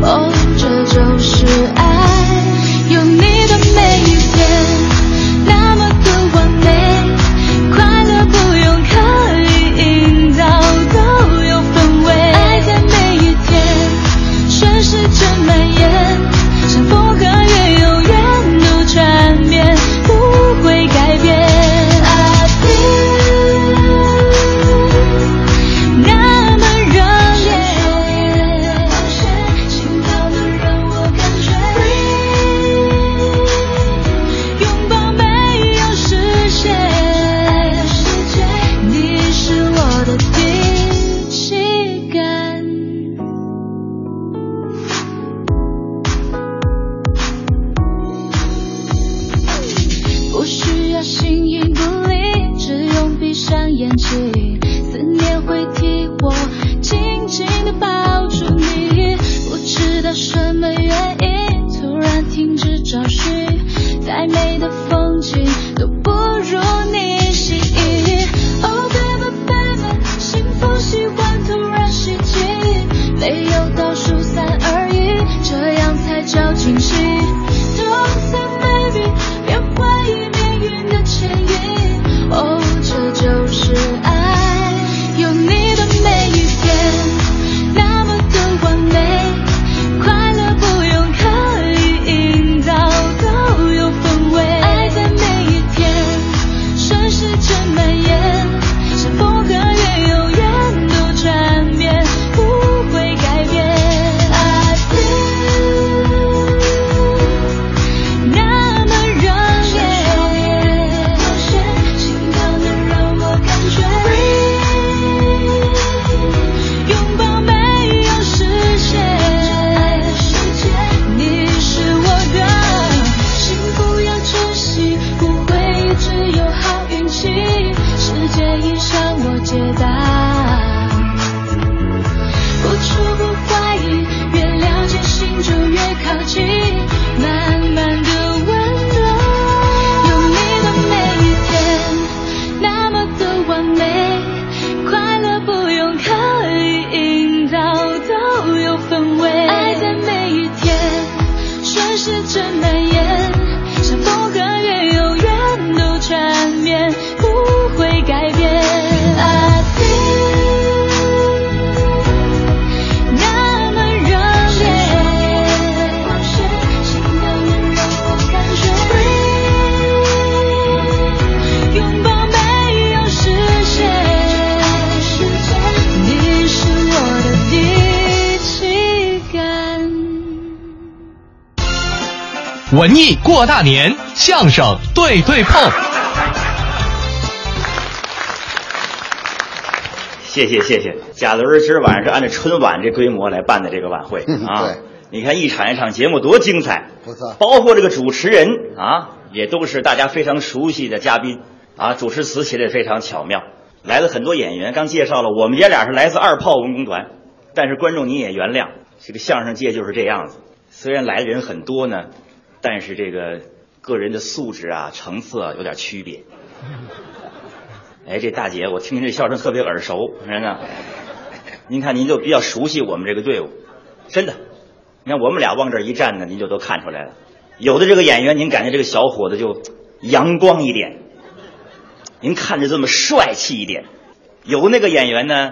哦，这就是爱，有你的每一天，那么的完美。快乐不用刻意引导，都有氛围。爱在每一天，全世界蔓延，像风和月永远都缠绵，不会改变。I feel 那么热烈，心跳的让我感觉 free，拥抱没有时限。你是我的第七感。不需要形影不离，只用闭上眼睛，思念会替我紧紧地抱住你。不知道什么原因，突然停止找寻，再美的风景都不如你吸引。Oh baby baby，幸福喜欢突然袭击，没有倒数三二一，这样才叫惊喜。Don't say maybe，别怀疑命运的牵引。哦，这就是爱，有你的每一天，那么的完美。快乐不用刻意引导，都有氛围。爱在每一天，全世界蔓延，像风和月永远都缠绵，不会改变。I feel 那么热烈，心跳的让我感觉 free，拥抱没有时限。你是我的幸福要珍惜，不会只有好运气。世界已向我解答，付出不怀疑，越了解心就越靠近，慢慢的温柔。有你的每一天，那么的完美。快乐不用刻意引导，都有氛围。爱在每一天，全世界蔓延，像风和月永远都缠绵，不会改变。I feel 那么热烈，心跳能让我感觉 free，拥抱没有时限。你是我的第七感。文艺过大年，相声对对碰。谢谢谢谢。贾伦儿今儿晚上是按照春晚这规模来办的这个晚会啊。对，你看一场一场节目多精彩，不 错，包括这个主持人啊，也都是大家非常熟悉的嘉宾啊。主持词写的非常巧妙，来了很多演员。刚介绍了，我们爷俩是来自二炮文工团，但是观众您也原谅，这个相声界就是这样子。虽然来的人很多呢，但是这个个人的素质啊、层次啊有点区别。哎，这大姐，我听您这笑声特别耳熟，真的。您看，您就比较熟悉我们这个队伍，真的。你看我们俩往这儿一站呢，您就都看出来了。有的这个演员，您感觉这个小伙子就阳光一点，您看着这么帅气一点；有那个演员呢，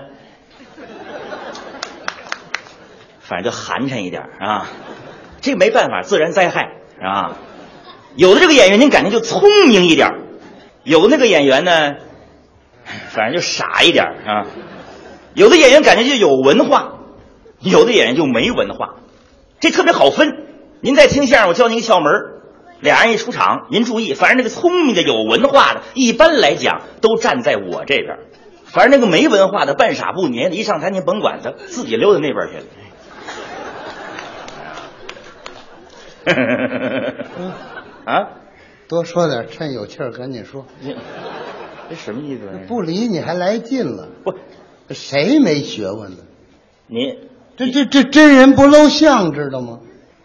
反正就寒碜一点儿啊。这没办法，自然灾害啊。有的这个演员，您感觉就聪明一点儿；有那个演员呢，反正就傻一点儿啊。有的演员感觉就有文化，有的演员就没文化，这特别好分。您在听相声，我教您一个窍门儿俩人一出场，您注意，反正那个聪明的、有文化的，一般来讲都站在我这边儿，反正那个没文化的半傻不粘的，一上台您甭管他，自己溜到那边去了。啊，多说点，趁有气儿赶紧说。这什么意思啊？不理你还来劲了？不，谁没学问呢？你这这这真人不露相，知道吗？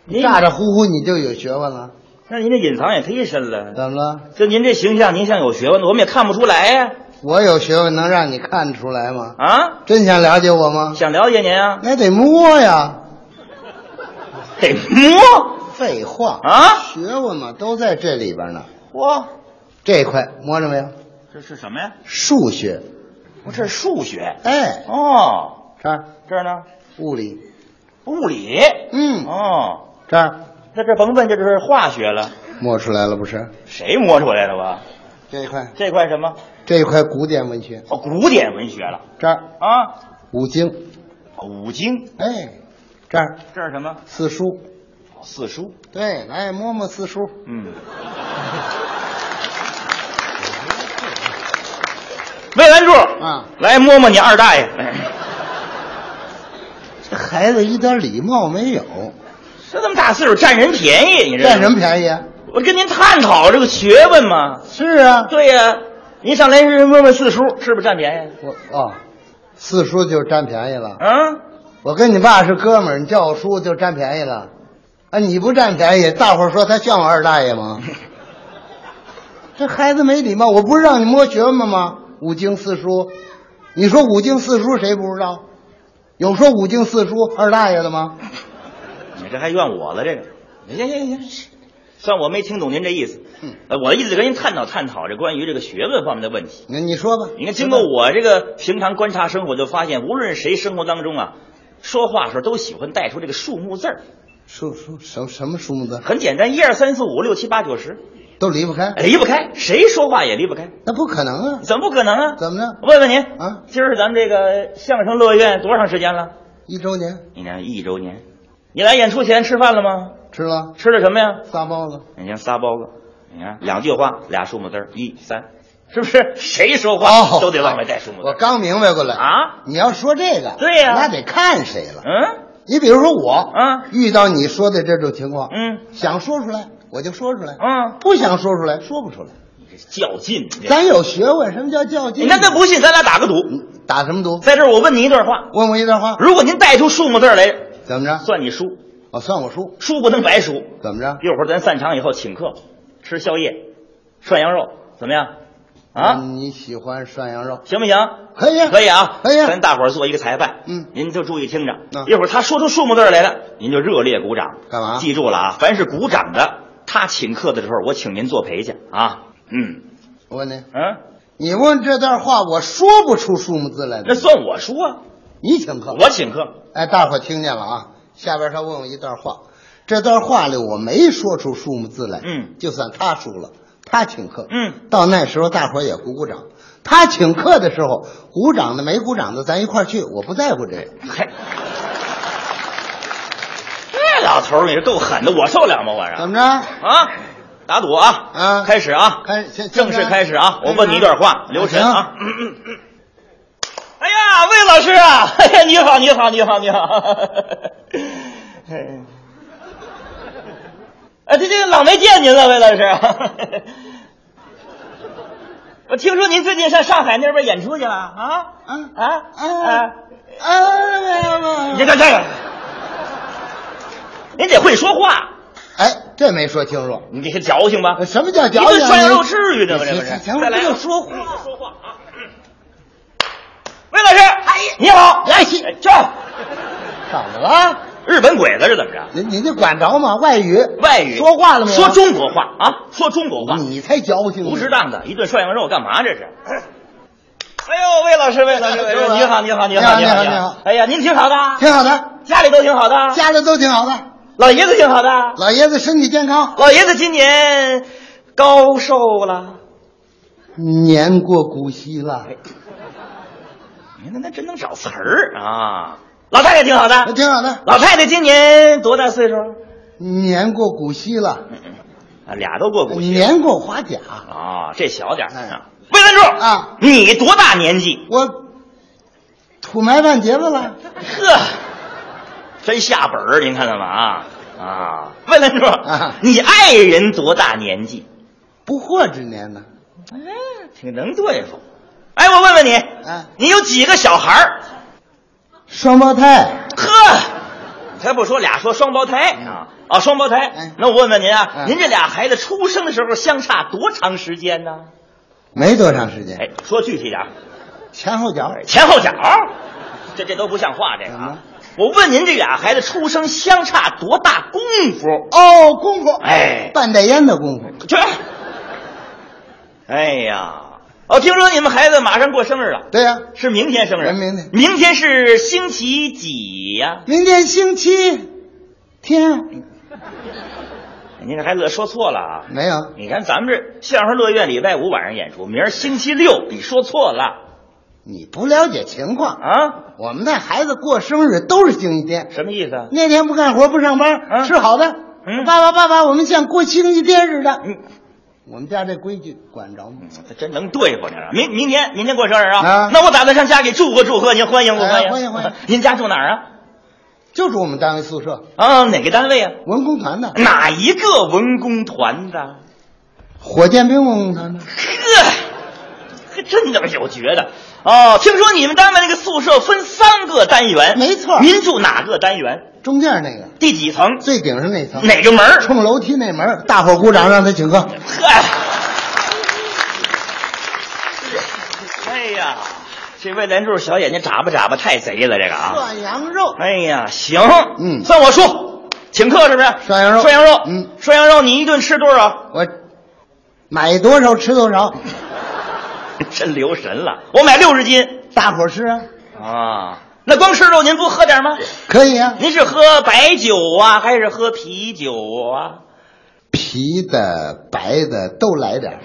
您咋咋呼呼你就有学问了？那您这隐藏也忒深了。怎么了？就您这形象，您像有学问的，我们也看不出来呀、我有学问能让你看出来吗？啊。真想了解我吗？想了解您啊？那得摸呀，得摸。废话啊，学问嘛都在这里边呢。哇，这一块摸着没有？这是什么呀？数学，我这是数学。哎，哦，这儿这儿呢？物理，物理。嗯。哦，这儿那这甭问，这就是化学了。摸出来了不是？谁摸出来的吧？这一块，这块什么？这一块古典文学，哦，古典文学了这儿啊。哦五经，五经。哎，这儿这是什么？哦四书，四书。对，来摸摸四书，嗯。 魏兰柱啊，来摸摸你二大爷。来 这孩子一点礼貌没有，这这么大岁数占人便宜，你这占什么便宜啊？宜？我跟您探讨这个学问嘛。是啊，对呀、您上来是问问四叔是不是占便宜？我哦，四叔就占便宜了。啊，我跟你爸是哥们儿，你叫我叔就占便宜了。啊，你不占便宜，大伙儿说他像我二大爷吗？ 这孩子没礼貌！我不是让你摸学问吗？五经四书，你说五经四书谁不知道？有说五经四书二大爷的吗？你这还怨我了？这个，行行行行，算我没听懂您这意思。嗯呃，我的意思跟您探讨探讨这关于这个学问方面的问题。那你说吧。你看，经过我这个平常观察生活，就发现无论谁生活当中啊，说话的时候都喜欢带出这个数目字儿。数数什什么数目字很简单，一二三四五六七八九十，哎都离不开，离不开，谁说话也离不开。那不可能啊！怎么不可能啊？怎么着？我问问您啊，今儿咱们这个相声乐院多长时间了？一周年你看一周年，你来演出前吃饭了吗？吃了吃的什么呀？仨包子，你看仨包子，你看两句话，俩数目字儿，一三，是不是？谁说话、哦都得往外带数目字我儿刚明白过来。啊？你要说这个，对呀那得看谁了。嗯你比如说我，嗯遇到你说的这种情况，嗯想说出来我就说出来，嗯，不想说出来说不出来。较劲。你这咱有学问，什么叫较你劲？嗯那那不信，咱俩打个赌，打什么赌？在这儿我问你一段话，问我一段话，如果您带出数目字儿来，怎么着？算你输，我算我输，输不能白输。怎么着？一会儿咱散场以后请客，吃宵夜，涮羊肉，怎么样？啊，嗯你喜欢涮羊肉？行不行？可以啊，可以啊，可以啊咱大伙儿做一个裁判，嗯您就注意听着嗯。一会儿他说出数目字儿来了，您就热烈鼓掌。干嘛？记住了啊，凡是鼓掌的，他请客的时候，我请您作陪去啊。嗯我问你，嗯，你问这段话，我说不出数目字来那的。算我输啊，你请客，我请客。哎，大伙听见了啊？下边他问我一段话，这段话里我没说出数目字来，嗯，就算他输了，他请客，嗯，到那时候大伙也鼓鼓掌。他请客的时候，鼓掌的没鼓掌的，咱一块儿去，我不在乎这个。嘿，这哎老头儿你是够狠的，我受了吗？我这怎么着？啊，打赌啊，啊开始啊，开先正式开始啊！我问你一段话，留神啊！嗯嗯嗯。哎呀，魏老师啊，哎呀，你好，你好，你好，你好。哎哎，这这老没见您了，魏老师。啊 我听说您最近上上海那边演出去了啊？啊啊啊！啊你这这这，您得会说话，哎，这没说清楚，你这矫情吧？什么叫你矫这情啊？涮羊肉你至于的吗？这不是？行行，再来不一用个说话。说话啊！魏老师，哎，你好，来西这怎么了？日本鬼子是怎么着？你你这管着吗？外语，外语说话了吗？说中国话啊，说中国话，你才矫情呢。不值当的一顿涮羊肉干嘛？ 这是。哎呦，魏老师，魏老师，魏老师，你好，你好，啊你好，哎你好，好你你好好。哎呀，您挺好的啊，挺好的，家里都挺好的啊，家里都挺好的，老爷子挺好的啊，老爷子身体健康，老爷子今年高寿了。年过古稀了，哎那那真能找词儿啊！老太太挺好的，挺好的，老太太今年多大岁数？年过古稀了，啊，俩都过古稀年过花甲，啊，这小点儿哎啊。魏兰柱啊，你多大年纪？我土埋半截子了。呵，真下本儿，您看到吗？啊啊！问问柱，你爱人多大年纪？不惑之年呢？哎，挺能对付。哎，我问问你，你有几个小孩儿？双胞胎。呵，才不说俩，说双胞胎啊啊，双胞胎。那我问问您啊，您这俩孩子出生的时候相差多长时间呢？没多长时间。哎，说具体点儿，哎前后脚。嗯前后脚，这这都不像话，这个啊。我问您，这俩孩子出生相差多大功夫？哦，功夫，哎，半袋烟的功夫。去。哎呀，哦，听说你们孩子马上过生日了。对呀、是明天生日。明天，明天是星期几呀、明天星期天啊哎您这还乐说错了啊？没有，你看咱们这相声乐院礼拜五晚上演出，明儿星期六，你说错了。你不了解情况啊？我们那孩子过生日都是星期天，什么意思啊？啊嗯那天不干活不上班，吃好的。爸爸爸爸，我们像过星期天似的。我们家这规矩管着吗？嗯这真能对付您啊！明明天明天过生日啊？那我打算上家里祝贺祝贺您，欢迎不哎欢迎？欢迎欢迎。 您家住哪儿啊？就住我们单位宿舍啊，哪个单位啊？文工团的，哪一个文工团的？火箭兵文工团的。还真的有觉得。哦，听说你们单位那个宿舍分三个单元，没错您住哪个单元？中间那个第几层？最顶上那层哪个门儿冲楼梯那门儿，大伙儿鼓掌，让他请客。哎呀，这魏连柱小眼睛眨巴眨巴，太贼了，这个啊！涮羊肉，哎呀，行，嗯算我输，请客是不是？涮羊肉，涮羊肉，嗯，涮羊肉，你一顿吃多少？我买多少吃多少， 真留神了，我买六十斤大伙儿吃啊，啊。那光吃肉您不喝点吗？可以啊。您是喝白酒啊，还是喝啤酒 啊？啤的、白的都来点儿，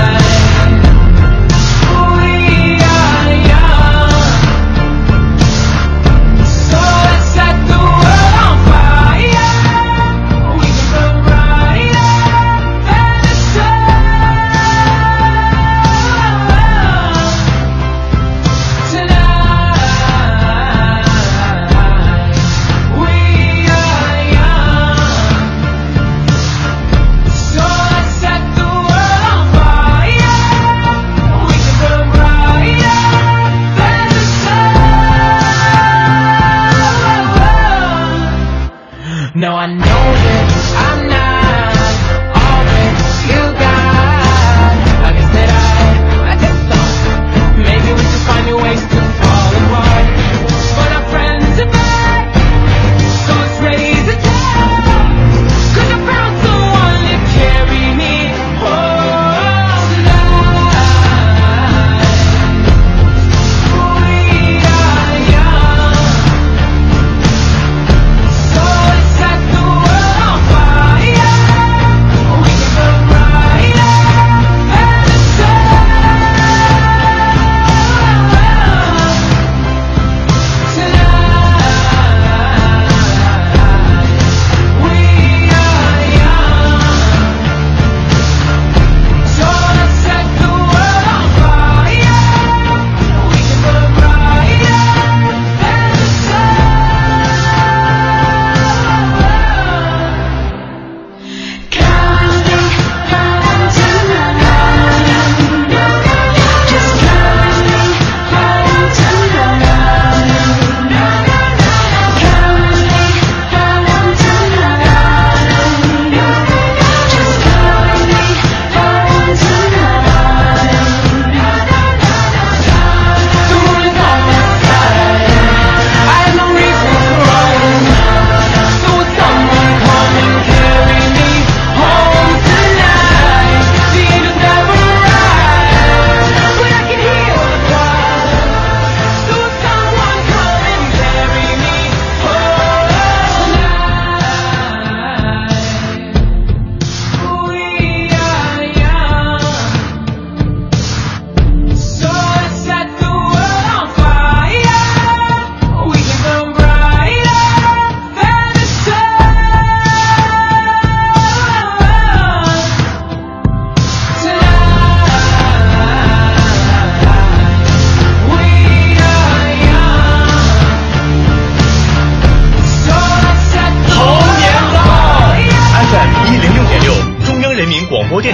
We are young. So let's set the world on fire. We can burn Set the world on fire.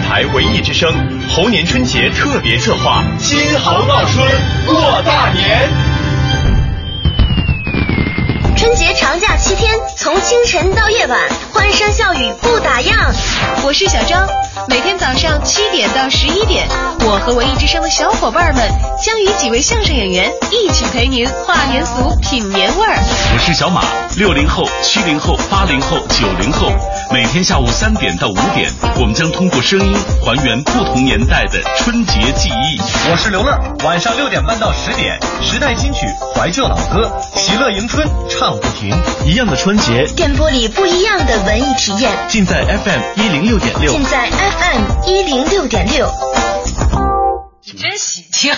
台文艺之声猴年春节特别策划《新猴闹春过大年》。春节长假七天，从清晨到夜晚，欢声笑语不打烊。我是小张，每天早上七点到十一点，我和文艺之声的小伙伴们将与几位相声演员一起陪您化年俗、品年味儿。我是小马，六零后、七零后、八零后、九零后，每天下午三点到五点，我们将通过声音还原不同年代的春节记忆。我是刘乐，晚上六点半到十点，时代金曲、怀旧老歌，喜乐迎春，唱不停。一样的春节，电波里不一样的文艺体验，尽在 FM 一零六点六尽。在 FM 一零六点六。真喜庆！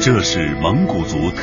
这是蒙古族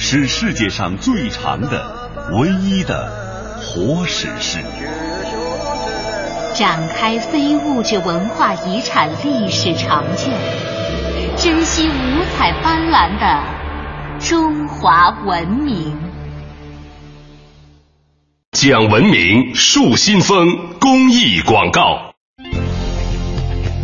是世界上最长的、唯一的活史诗。展开非物质文化遗产历史长卷，珍惜五彩斑斓的中华文明。讲文明树新风公益广告。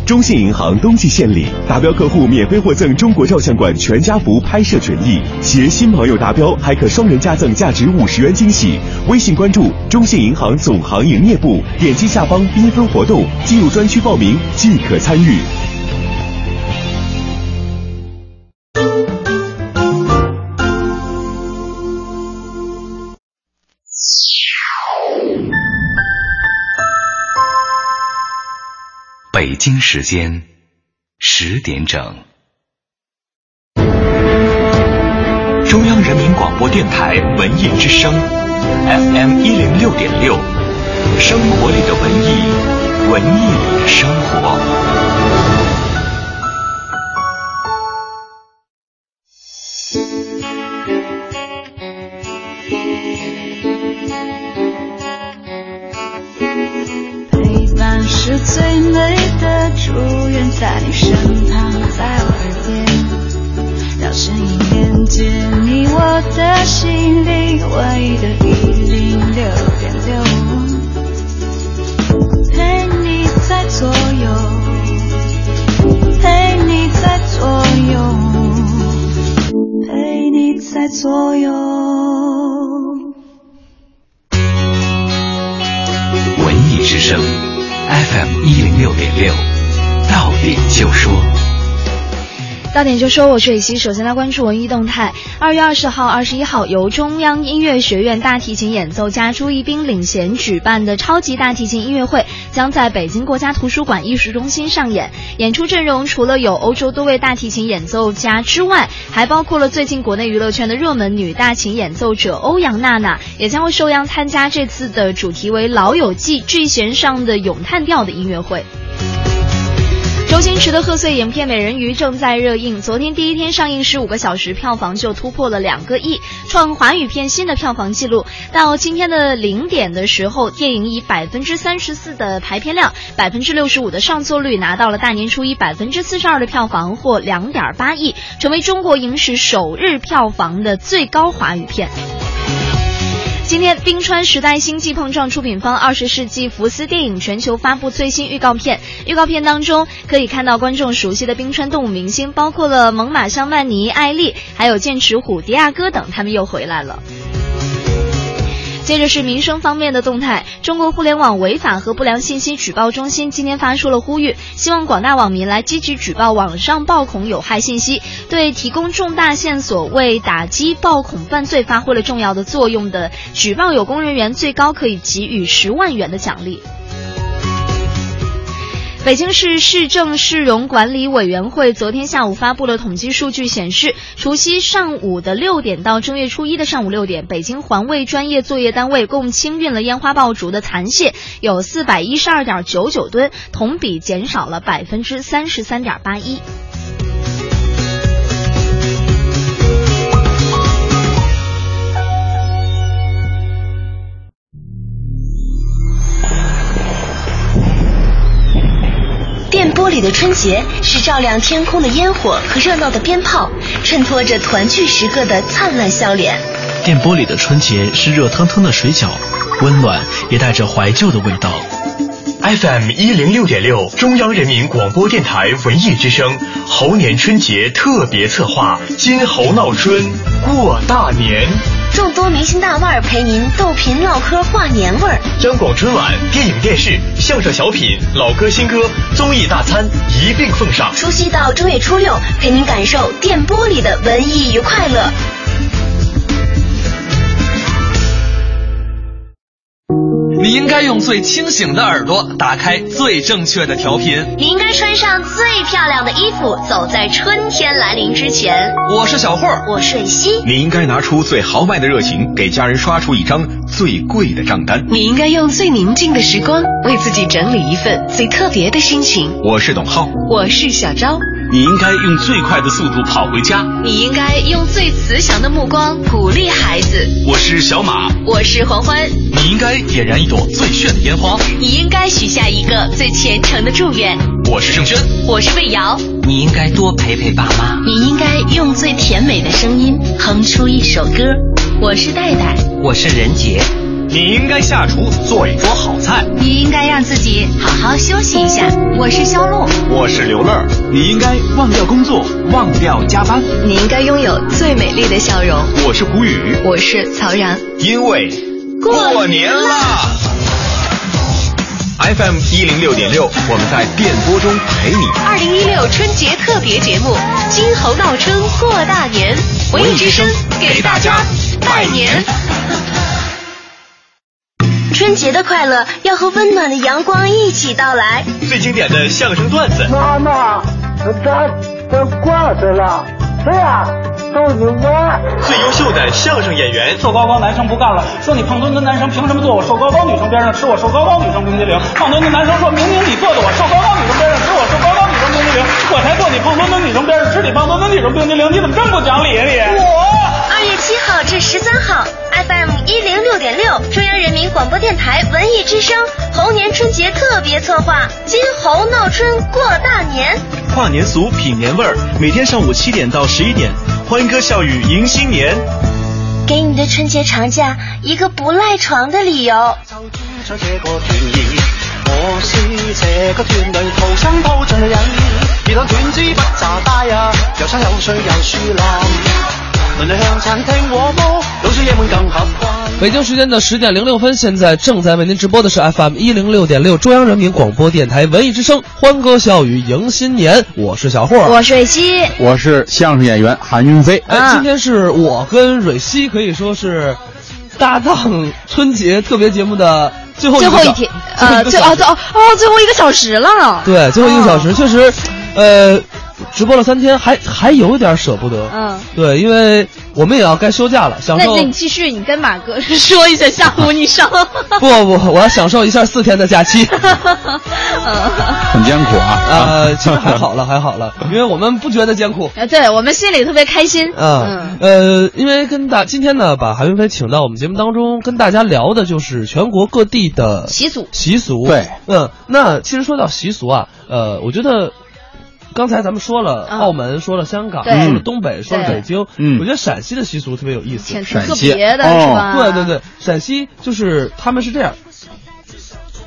中信银行冬季献礼，达标客户免费获赠中国照相馆全家福拍摄权益，携新朋友达标还可双人加赠价值五十元惊喜。微信关注中信银行总行营业部，点击下方缤纷活动，进入专区报名即可参与。北京时间十点整，中央人民广播电台文艺之声，FM 一零六点六，生活里的文艺，文艺里的生活。陪伴是最美的祝愿，在你身旁，在我耳边，让声音连接你我的心灵，唯一的一零六点六，陪你在左右，陪你在左右，陪你在左右。文艺之声，FM 一零六点六，到点就说。到点就说，我是雨熙。首先来关注文艺动态。二月二十号、二十一号，由中央音乐学院大提琴演奏家朱一冰领衔举办的超级大提琴音乐会，将在北京国家图书馆艺术中心上演。演出阵容除了有欧洲多位大提琴演奏家之外，还包括了最近国内娱乐圈的热门女大琴演奏者欧阳娜娜，也将会受邀参加这次的主题为“老友记”智弦上的咏叹调的音乐会。周星驰的贺岁影片《美人鱼》正在热映，昨天第一天上映十五个小时，票房就突破了两个亿，创华语片新的票房纪录。到今天的零点的时候，电影以百分之三十四的排片量、百分之六十五的上座率，拿到了大年初一百分之四十二的票房或两点八亿，成为中国影史首日票房的最高华语片。今天，冰川时代星际碰撞出品方二十世纪福斯电影全球发布最新预告片。预告片当中可以看到观众熟悉的冰川动物明星，包括了猛犸象曼尼、艾丽，还有剑齿虎迪亚哥等，他们又回来了。接着是民生方面的动态。中国互联网违法和不良信息举报中心今天发出了呼吁，希望广大网民来积极举报网上暴恐有害信息，对提供重大线索为打击暴恐犯罪发挥了重要的作用的举报有功人员，最高可以给予十万元的奖励。北京市市政市容管理委员会昨天下午发布了统计数据，显示，除夕上午的六点到正月初一的上午六点，北京环卫专业作业单位共清运了烟花爆竹的残屑有四百一十二点九九吨，同比减少了百分之三十三点八一。电波里的春节是照亮天空的烟火和热闹的鞭炮，衬托着团聚时刻的灿烂笑脸。电波里的春节是热腾腾的水饺，温暖也带着怀旧的味道。 FM 一零六点六，中央人民广播电台文艺之声猴年春节特别策划《金猴闹春过大年》，众多明星大腕儿陪您逗贫唠嗑话年味儿。央广春晚、电影电视、相声小品、老歌新歌、综艺大餐一并奉上。除夕到正月初六，陪您感受电波里的文艺与快乐。你应该用最清醒的耳朵打开最正确的调频。你应该穿上最漂亮的衣服，走在春天来临之前。我是小霍，我是西。你应该拿出最豪迈的热情，给家人刷出一张最贵的账单。你应该用最宁静的时光，为自己整理一份最特别的心情。我是董浩，我是小昭。你应该用最快的速度跑回家。你应该用最慈祥的目光鼓励孩子。我是小马，我是黄欢。你应该点燃一朵最炫的烟花。你应该许下一个最虔诚的祝愿。我是盛轩，我是魏瑶。你应该多陪陪爸妈。你应该用最甜美的声音哼出一首歌。我是戴戴，我是任杰。你应该下厨做一桌好菜。你应该让自己好好休息一下。我是肖璐，我是刘乐。你应该忘掉工作，忘掉加班。你应该拥有最美丽的笑容。我是胡宇，我是曹然。因为过年啦！FM 一零六点六，我们在电波中陪你。二零一六春节特别节目《金猴闹春过大年》，文艺之声给大家拜年。春节的快乐要和温暖的阳光一起到来。最经典的相声段子，妈妈，咱咱挂着了，谁呀、都你妈！最优秀的相声演员，瘦高高男生不干了，说你胖墩墩男生凭什么坐我瘦高高女生边上吃我瘦高高女生冰激凌？胖墩墩男生说明明你坐的我瘦高高女生边上吃我瘦高高女生冰激凌，我才坐你胖墩墩女生边上吃你胖墩墩女生冰激凌，你怎么这么不讲理啊你？我。二月七号至十三号，FM 一零六点六，中央人民广播电台文艺之声猴年春节特别策划《金猴闹春过大年》。跨年俗，品年味儿，每天上午七点到十一点，欢歌笑语迎新年。给你的春节长假一个不赖床的理由。想这个團兒，我是這個團裏逃生到盡嘅人，別當斷枝不炸呆啊，又生又碎又樹林，鄰里向餐廳和煲，老鼠野滿更合慣。北京时间的十点零六分，现在正在为您直播的是 FM 一零六点六中央人民广播电台文艺之声，欢歌笑语迎新年，我是小霍，我是瑞希，啊我是相声演员韩云飞。哎，今天是我跟蕊希可以说是搭档春节特别节目的最后一最个后一小天，呃，个最小哦最哦哦最后一个小时了。对最后一个小时，确实，呃，直播了三天，还还有一点舍不得。嗯，对，因为我们也要该休假了，享那受那你继续，你跟马哥说一下，下午 你上。不不，我要享受一下四天的假期。很艰苦啊！呃，其实还好了，还 好了，因为我们不觉得艰苦。呃对我们心里特别开心。啊，呃，因为跟大今天呢，把韩云飞请到我们节目当中，跟大家聊的就是全国各地的习俗。习俗。对，嗯，那其实说到习俗啊，呃，我觉得刚才咱们说了澳门，说了香港，啊对说了东北，说了对嗯北京，我觉得陕西的习俗特别有意思，挺特别的是吧对对对，陕西就是他们是这样，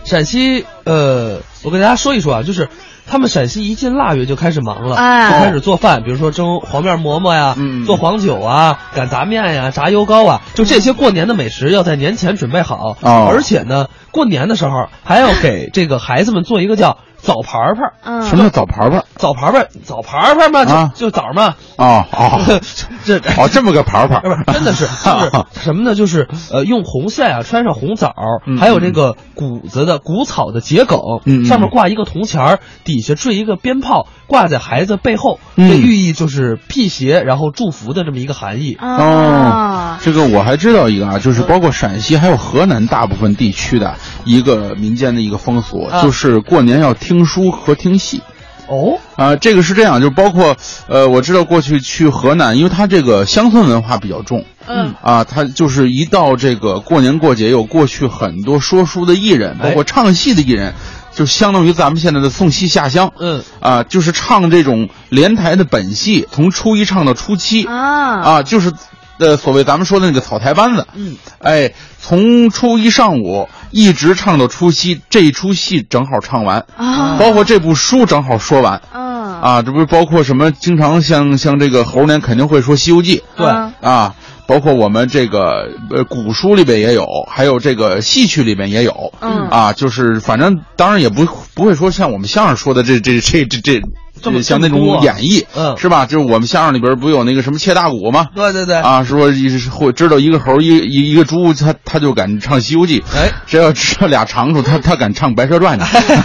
陕西呃，我给大家说一说啊，就是。他们陕西一进腊月就开始忙了，哎嗯就开始做饭，比如说蒸黄面馍馍呀，做黄酒啊，擀杂面呀，炸油糕啊，就这些过年的美食要在年前准备好，哦而且呢，过年的时候还要给这个孩子们做一个叫早盘盘，嗯什么叫早盘盘？早盘盘，早盘盘嘛，就、啊就早嘛，哦哦， 这哦这么个盘盘，不是 真 的是就是什么呢？就是呃，用红线啊穿上红枣，还有这个谷子的谷草的桔梗，嗯嗯嗯上面挂一个铜钱儿，底下坠一个鞭炮，挂在孩子背后，嗯这寓意就是辟邪，然后祝福的这么一个含义。啊哦，这个我还知道一个啊，就是包括陕西还有河南大部分地区的一个民间的一个风俗，啊就是过年要听书和听戏。哦，啊，这个是这样，就包括呃，我知道过去去河南，因为它这个乡村文化比较重，嗯啊，它就是一到这个过年过节，有过去很多说书的艺人，包哎括唱戏的艺人，就相当于咱们现在的送戏下乡，嗯，啊，就是唱这种连台的本戏，从初一唱到初七，啊啊，就是呃，所谓咱们说的那个草台班子，嗯，哎，从初一上午一直唱到初七，这一出戏正好唱完，啊包括这部书正好说完，嗯啊，这不是包括什么？经常像像这个猴年肯定会说《西游记》，对嗯啊，包括我们这个呃古书里边也有，还有这个戏曲里边也有，嗯啊，就是反正当然也不不会说像我们相声说的这这这这这。这么像那这么种多演绎，嗯是吧？就是我们相声里边不有那个什么切大鼓吗？对对对，啊，说一是会知道一个猴儿一一一个猪，他他就敢唱《西游记》。哎，谁要知道俩长虫，他他敢唱《白蛇传》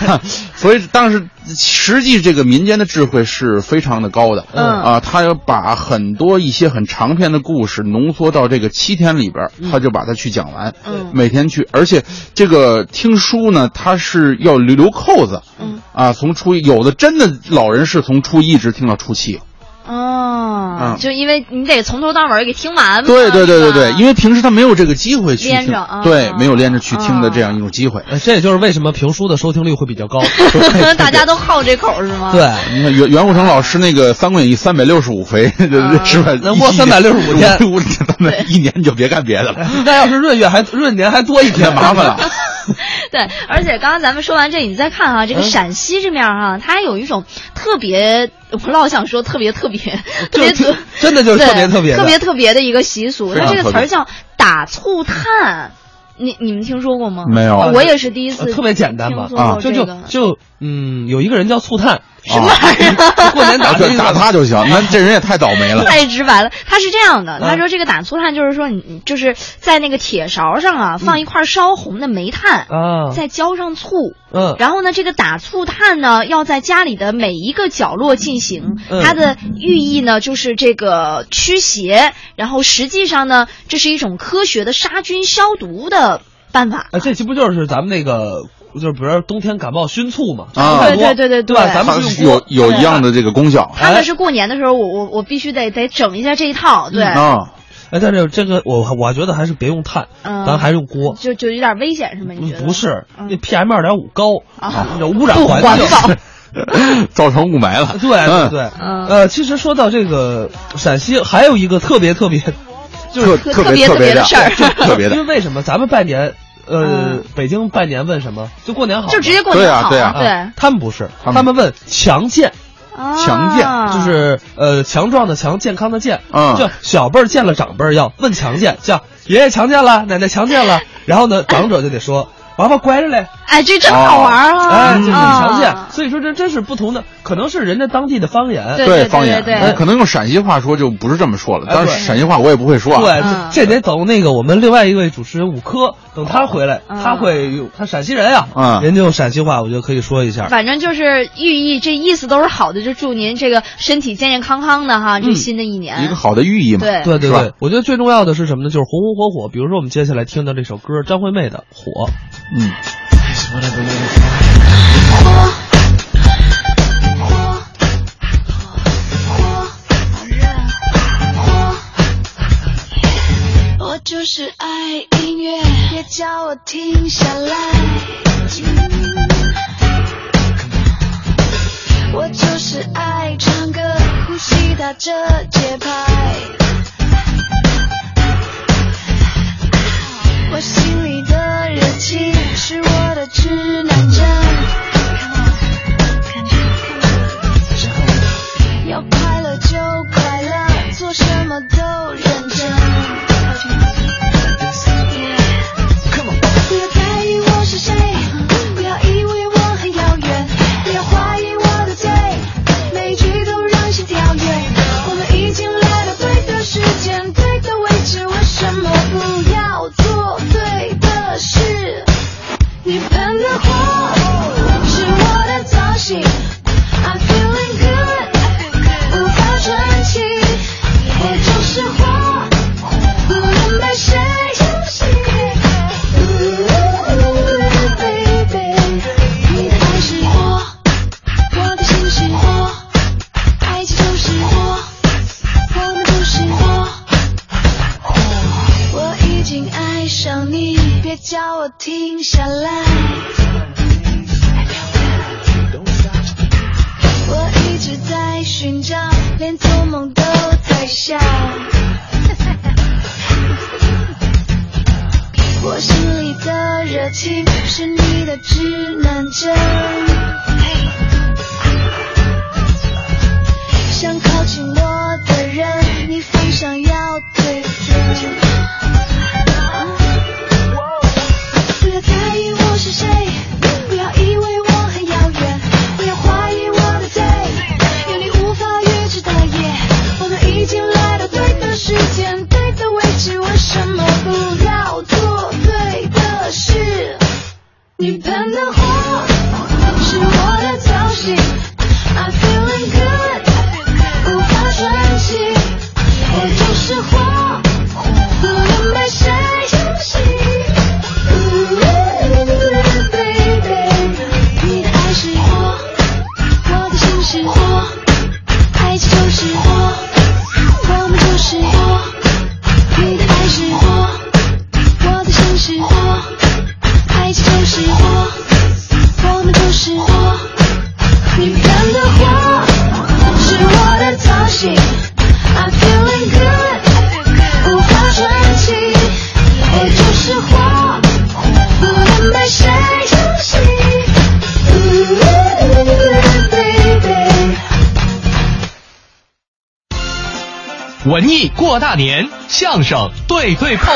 呢。所以当时实际这个民间的智慧是非常的高的。嗯啊，他要把很多一些很长篇的故事浓缩到这个七天里边儿，他就把它去讲完。嗯每天去，而且这个听书呢，他是要留留扣子。嗯啊，从初一有的真的老人是从初一一直听到初七。哦嗯，就因为你得从头到尾儿给听完嘛。对对对对是吧对，因为平时他没有这个机会去连听着啊，对，没有连着去听的这样一种机会。呃这也就是为什么评书的收听率会比较高。 大家都好这口儿是吗？ 对你看袁袁国成老师那个《三国演义》三百六十五回，对啊对 对，是吧？能过365天我咱们 一年就别干别的了， 那要是闰月还闰年还多一太天，麻 烦了。 对，而且刚刚咱们说完这，你再看哈、嗯这个陕西这面儿哈、它有一种特别，我老想说特别特别特别特，真的就是特别对特别的特别特别的一个习俗。非它常这个特词儿别叫打醋炭，你你们听说过吗？没有啊啊我也是第一次，呃特别简单吧听说过就这就个就嗯，有一个人叫醋 炭，啊什么玩意儿？过年打啊对这个打他就行，那这人也太倒霉 了。太直白了，他是这样嗯的，他说这个打醋炭就是说你你就是在那个铁勺上啊放一块烧红的煤炭，嗯啊再浇上醋，嗯然后呢这个打醋炭呢要在家里的每一个角落进行，嗯它的寓意呢就是这个驱邪，然后实际上呢这是一种科学的杀菌消毒的办法。啊，这期不就是咱们那个，就是比如说冬天感冒熏醋嘛？啊差不多对对对对对对吧？咱们是用有锅哎有一样的这个功效。他们是过年的时候，我我我必须得得整一下这一套，嗯对，啊，哎，但是这个我我觉得还是别用炭，嗯咱还是用锅。就就有点危险是吗？你觉得不是，那 PM 二点五高，啊有污染不嗯环境。环造成雾霾了。对对嗯对，嗯呃，其实说到这个陕西，还有一个特别特别，就是特特别特别特别的事儿嗯就特别的因为为什么咱们拜年，呃，北京拜年问什么？就过年好吗，就直接过年好对啊对啊对他们不是，他们他们问强健。强健啊就是呃强壮的强，健康的健，嗯就小辈儿见了长辈儿要问强健，叫爷爷强健了，奶奶强健了， 然后呢，长者就得说娃娃乖着嘞，哎，这真好玩儿啊！哎，就是啊强健，所以说这真是不同的，可能是人家当地的方言，对对对呃方言，对对嗯那可能用陕西话说就不是这么说了，哎但是对嗯陕西话我也不会说啊。对，这这得等那个我们另外一位主持人五科，等他回来，他会用他陕西人呀，嗯人家用陕西话，我觉得可以说一下。反正就是寓意，这意思都是好的，就祝您这个身体健健康康的哈，这新的一年。嗯一个好的寓意嘛。对对对是吧对，我觉得最重要的是什么呢？就是红红火火。比如说我们接下来听的这首歌，张惠妹的《火》。嗯。我就是爱音乐，别叫我停下来。我就是爱唱歌，呼吸打着节拍。我心里的热情是我的指南针。要快乐就快乐，做什么都认真。不要在意我是谁，不要以为我很遥远，不要怀疑我的罪，每一句都让心跳跃。我们已经来到对的时间，对的位置，为什么不要做对的事？你喷的火是我的造型，I'm feeling good，无法喘气，我就是火，不能被谁。Baby，你的爱是火，我的心是火，爱情就是火，我们都是火。我已经爱上你，别叫我停下来。我一直在寻找，连做梦都在笑。我心里的热情是你的指南针，想靠近我的人，你方向要对准。不要在意我是谁，不要以为我很遥远，不要怀疑我的罪，有你无法预知的夜，我们已经来到对的时间、对的位置，为什么不要做对的事？你喷的火是我的造型，I'm feeling good，无法喘息，我就是火，不能被谁休息。Baby，你的爱是火，我的心是火，爱情就是火，我们就是火。你的爱是火，我的心是火，爱情就是火，我们就是火。你喷的火是我的造型，I'm feeling good，无法喘气，我就是火，不能被谁休息。Baby。文艺过大年，相声对对碰。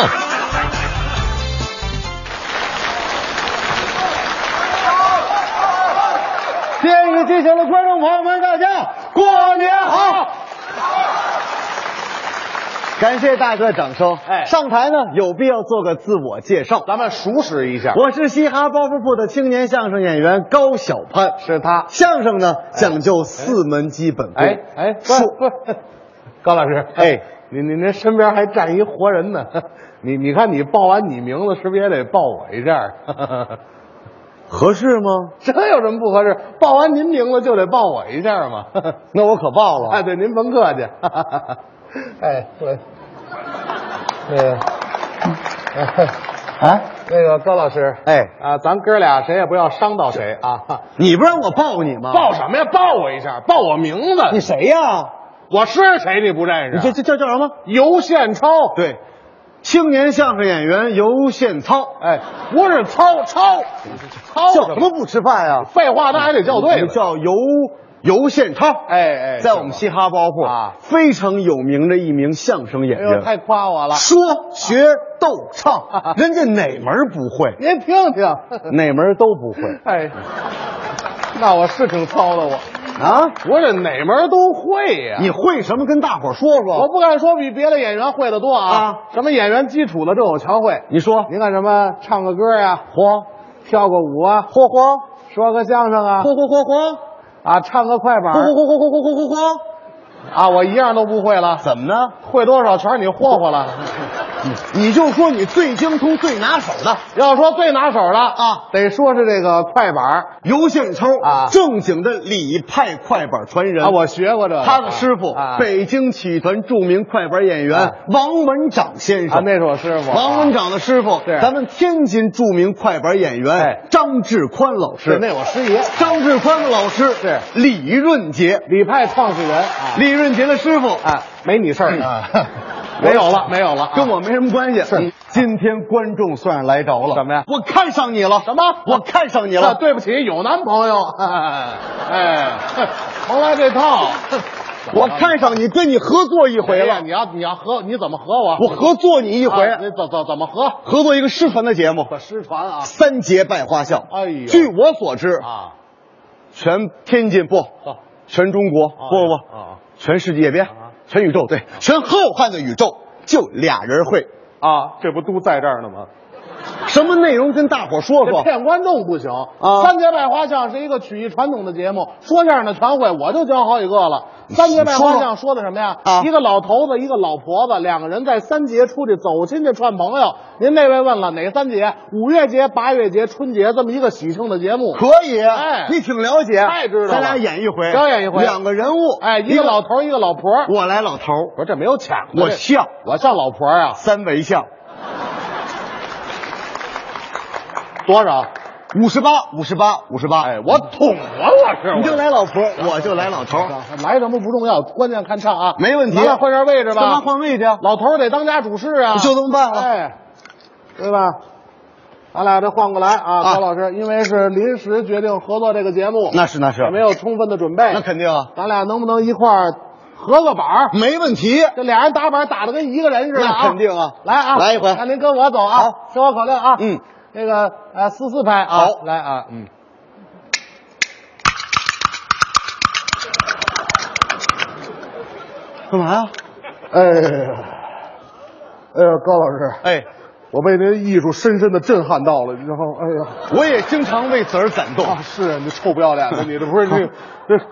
电影机前的观众朋友们，大家过年好！感谢大家的掌声。哎，上台呢有必要做个自我介绍，咱们熟识一下。我是嘻哈包袱铺的青年相声演员高小攀，是他。相声呢讲究四门基本功。哎哎，不是不是， 高老师，哎，你你那身边还站一活人呢， 你你看你报完你名字，是不是也得报我一 下？合适吗？这有什么不合适？报完您名字就得报我一下 嘛。那我可报了。哎，对，您甭客气。 哎，我，那个，哎， 那个高老师，啊哎啊，咱哥俩谁也不要伤到谁啊。你不让我抱你吗？ 报什么呀？报我一下，报我名字。你谁呀、我是谁你不认识？你这这叫叫什么？尤宪超。对，青年相声演员尤宪超。哎，不是操 操操叫什么不吃饭呀、废话，那还得叫对了。叫尤尤宪超。哎哎，在我们嘻哈包袱啊，非常有名的一名相声演哎呦，员。太夸我了。说学逗 唱，人家哪门儿不会，您听听， 哪门儿都不会 哎，那我是挺糙的我。啊！我这哪门都会呀、你会什么？跟大伙儿说说。我不敢说比别的演员会的多啊。啊什么演员基础的这我全会。你说您看什么？唱个歌呀、嚯跳个舞啊，嚯嚯说个相声啊嚯，嚯嚯嚯啊，唱个快板嚯嚯嚯嚯嚯嚯嚯嚯！啊，我一样都不会了。怎么呢？会多少全是你霍霍了。 你就说你最精通、最拿手的。要说最拿手的啊，得说是这个快板尤杏抽啊正经的李派快板传人啊我学过这个他的师傅，啊北京曲艺团著名快板演员、啊王文长先生。啊，那是我师傅王文长的师傅，是咱们天津著名快板演员、哎张志宽老师。是那我师爷张志宽老师是李润杰，李派创始人啊，李润杰的师傅啊，没你事 儿啊，没有了，没有了，跟我没什么关系。嗯是今天观众算是来着了。怎么呀我看上你了。什么？我看上你啊了。对不起，有男朋友，哎，甭来这套。 我看上你，跟你合作一回哎呀了。你要你要合，你怎么合我？我合作你一回，啊你怎怎怎么合？合作一个师团的节目，我失 传啊！三节拜花笑。哎呦据我所知，啊，全天津不，走全中国啊不不不，啊全世界别，全宇宙哦对，全浩瀚的宇宙就俩人会。啊，这不都在这儿呢吗？什么内容跟大伙说这说？骗观众不行啊三节拜花像是一个曲艺传统的节目，说相声的全会，我就教好几个了。三节拜花像说的什么呀？啊一个老头子，一个老婆子，两个人在三节出去走亲戚串朋友。您那位问了哪三节？五月节、八月节、春节这么一个喜庆的节目，可以，哎你挺了解，太知道了咱俩演一回，表演一回两个人物，哎，一个老头儿，一个老婆儿。我来老头儿，不是这没有抢的，我这像我像老婆儿啊，三围像，多少？五十八，五十八，五十八，哎，我捅了我是我啊你就来老婆，我就来老头儿，来什么不重要，关键看唱啊，没问题咱俩换下位置吧，干嘛换位置啊老头儿得当家主事啊， 就这么办了哎，对吧？咱俩这换过来啊，啊高老师，因为是临时决定合作这个节目，那是那是，没有充分的准备，那肯定啊，咱俩能不能一块儿合个板儿？没问题，这俩人打板儿打的跟一个人似的啊，那肯定啊，来啊，来一回那您跟我走啊，听我口令啊，嗯，那个呃四四拍啊，好来啊，嗯。干嘛呀？哎，哎呀，高老师，哎，我被您艺术深深的震撼到了，然后，哎呀，我也经常为此而感动，啊，是你臭不要脸的，你这不 是这这。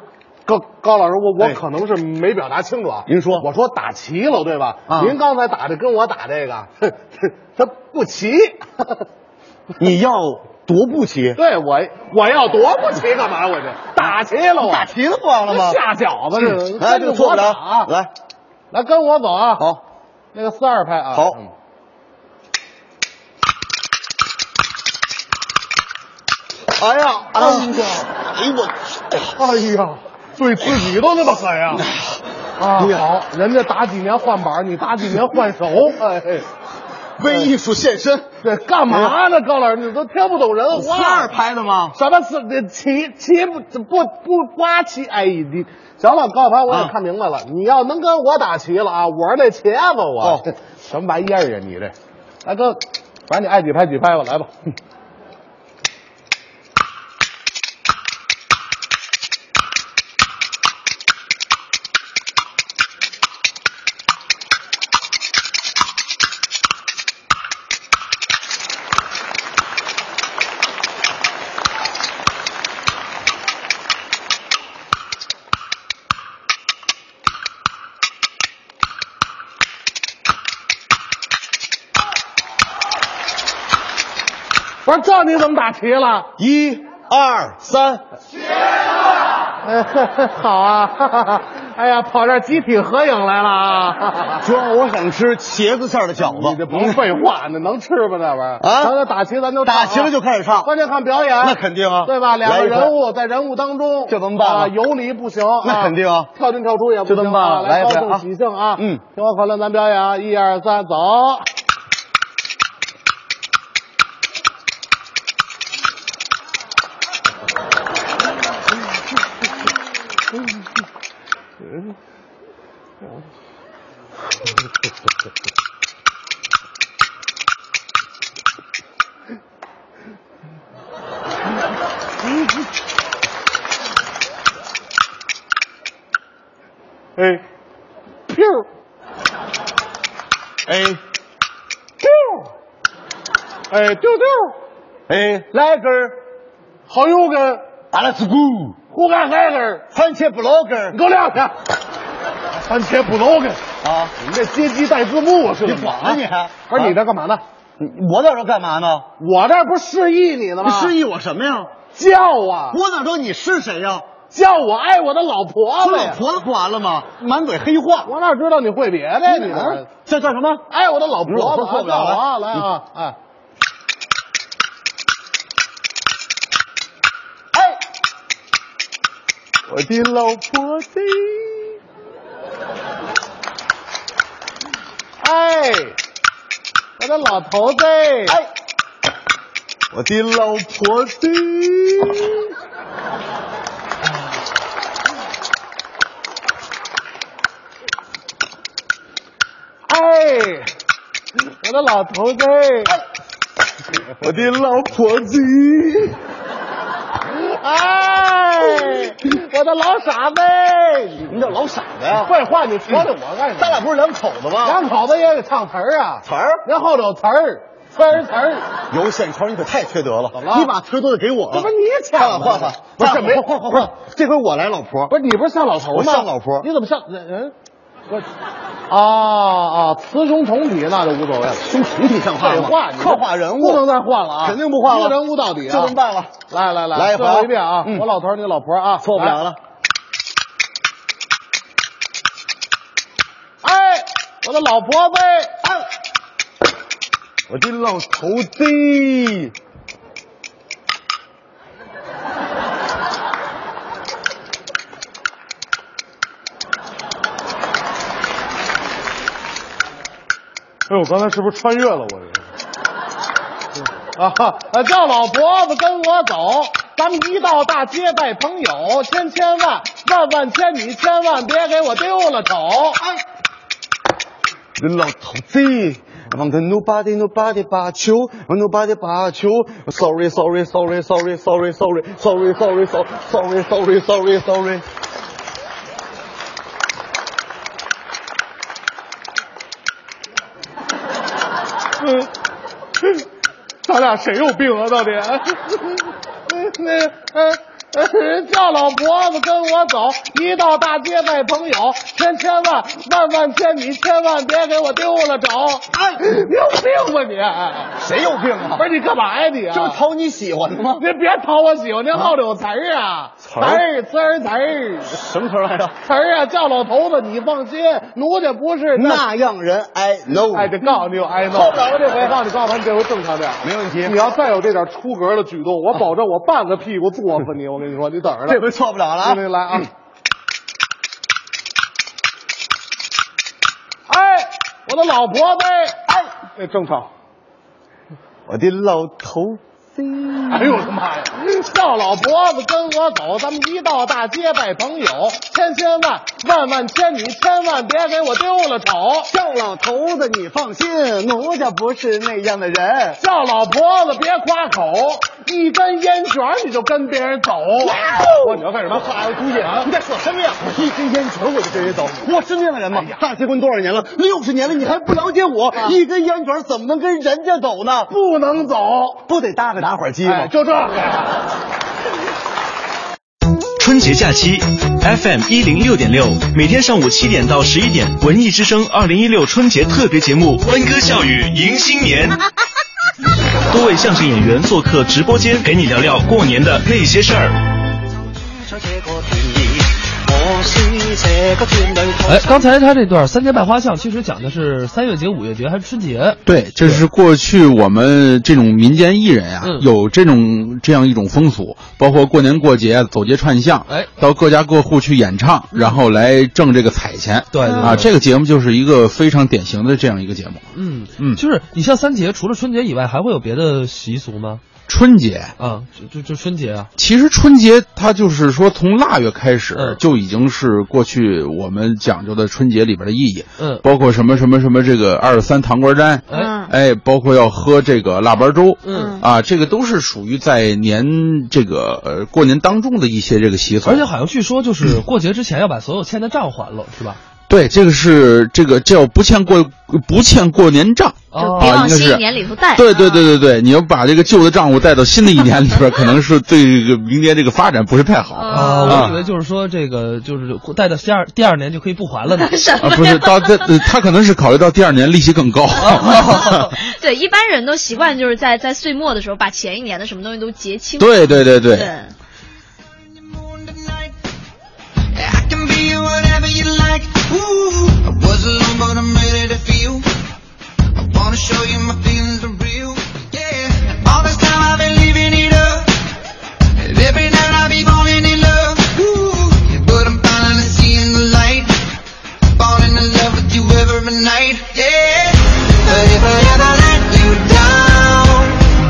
高高老师，我我哎可能是没表达清楚啊。您说我说打齐了，对吧？啊您刚才打的跟我打这个，哼哼它不齐。 你要多不起，对我我要多不齐干嘛？我这打齐了我，打齐了不完了吗？下饺子这来，跟着这错我不打了，啊！来，来跟我走啊！好，那个四二拍啊。好嗯哎呀，哎呀哎呦我，哎呀哎呀，对自己都那么狠呀、啊！哎哎呀好，人家打几年换板，你打几年 换手，哎，为艺术献身，哎这干嘛呢？高老师，你都听不懂人四话。二拍的吗？什么四这齐齐不不不刮齐？哎，你行了，高老盘，我也啊看明白了，你要能跟我打齐了啊，我是那茄子，我、哦 什么玩意儿呀？你这，来哥，反正你爱几拍几拍吧，来吧。我说这你怎么打齐了？一二三，哎，好啊！ 哈哈哈哎呀，跑这儿集体合影来了 啊！主要我想吃茄子馅儿的饺子。你这甭废话，那能吃吗？那玩意儿啊刚才打齐咱就唱啊打齐了就开始唱，关键看表演，那肯定啊对吧？两来个一回人物在人物当中，这怎么办啊啊？有理不行，那肯定啊跳进跳出也不这行，怎么办啊啊来来一回高啊中喜庆啊！嗯听我口令，咱表演啊！一二三，走！哎噗哎啾，哎，丢丢，哎，来根儿，好油根，阿拉斯古胡干海根儿，番茄 blogger，给我亮去！番茄不 l o g 啊啊，你这接机带字幕啊是你怎么着？管吗你？啊不是你这干嘛呢？我在这干嘛呢？我这不示意你呢吗？你示意我什么呀？叫啊！我哪知道你是谁呀？叫我爱我的老婆说呗老。婆不完了吗？满嘴黑话。我哪知道你会别的？你啊这这叫什么？爱我的老婆你老婆受不了嗯来了啊！来啊！哎，哎，我的老婆子，哎，我的老头子，哎，我的老婆子。哎，我的老头子，我的老婆子，哎，我的老傻子，你这老傻子呀！嗯废话，你说的我干什么？咱俩不是两口子吗？两口子也得唱词儿啊，词儿，啊然后有词儿，词儿词儿，有现成，你可太缺德了！了你把词儿都得给我了，这不是你抢的换换吗换，不是没换换换，这回我来老婆，不是你不是像老头吗？我像老婆你怎么像嗯？我啊啊，雌雄同体那就无所谓了。从群体上画废吗话，你这刻画人物，不能再换了啊！肯定不换了，一个人物到底啊！就这么办了，来来来，来一回最啊后一遍啊！嗯我老头儿，你老婆啊，错不了了。来。哎，我的老婆呗！哎，我的老头哎子。哎呦，我刚才是不是穿越了？我这啊，呃叫老婆子跟我走，咱们一到大街拜朋友，千千万万万千，你千万别给我丢了手。老头子，want nobody nobody 把球，nobody 把球，sorry sorry sorry sorry sorry sorry sorry sorry sorry sorry sorry sorry。嗯， 咱俩谁有病啊？到 底？那嗯。呃叫老婆子跟我走，一到大街拜朋友，千千万万万千，你千万别给我丢了手！哎，你有病吧你？谁有病啊不是你干嘛呀你啊？这不讨你喜欢的吗？您别讨我喜欢，您好有词儿啊，词儿词儿词儿什么词来着？词儿啊！叫老头子，你放心，奴家不是那样人 I know。哎，这告诉你，我挨好闹。我这回告诉你，告诉咱这回正常点儿。没问题你要再有这点出格的举动，我保证我半个屁股坐死你！我跟你说，你等着呢。这回错不了了啊这回来啊！哎，我的老婆呗！哎，这正常。我的老头子，哎呦我的妈呀！叫老婆子跟我走，咱们一到大街拜朋友，千千万万万千，你千万别给我丢了手。叫老头子你放心，奴家不是那样的人。叫老婆子别夸口，一根烟卷儿你就跟别人走。我你要干什么？哎，姑姐，啊你在说什么呀？我一根烟卷我就跟人走，我是那样的人吗？哎大结婚多少年了？六十年了，你还不了解我？一根烟卷怎么能跟人家走呢？啊不能走，不得搭个打火机哎，吗？就这个呀。春节假期，FM 一零六点六，每天上午七点到十一点，文艺之声二零一六春节特别节目《欢歌笑语迎新年》，多位相声演员做客直播间，给你聊聊过年的那些事儿。哎，刚才他这段三节拜花巷，其实讲的是三月节、五月节还是春节？对，这是过去我们这种民间艺人啊，嗯有这种这样一种风俗，包括过年过节走街串巷，哎嗯到各家各户去演唱，然后来挣这个彩钱。对对啊，对这个节目就是一个非常典型的这样一个节目。嗯嗯就是你像三节，除了春节以外，还会有别的习俗吗？春节，啊，就就就春节啊，其实春节它就是说从腊月开始嗯就已经是过去我们讲究的春节里边的意义，嗯包括什么什么什么这个二十三糖瓜粘，哎哎，包括要喝这个腊八粥，嗯啊，这个都是属于在年这个呃过年当中的一些这个习俗，而且好像据说就是过节之前要把所有欠的账还了，是吧？对，这个是这个叫不欠过不欠过年账就哦啊，别往应该新一是。年里头带。。对对对对对，你要把这个旧的账务带到新的一年里边，可能是对这个明年这个发展不是太好啊，我以为就是说这个就是贷到第二第二年就可以不还了呢什 啊，不 是到这、呃他可能是考虑到第二年利息更高。对，一般人都习惯就是在在岁末的时候把前一年的什么东西都结清。对对对对 If I ever let you down,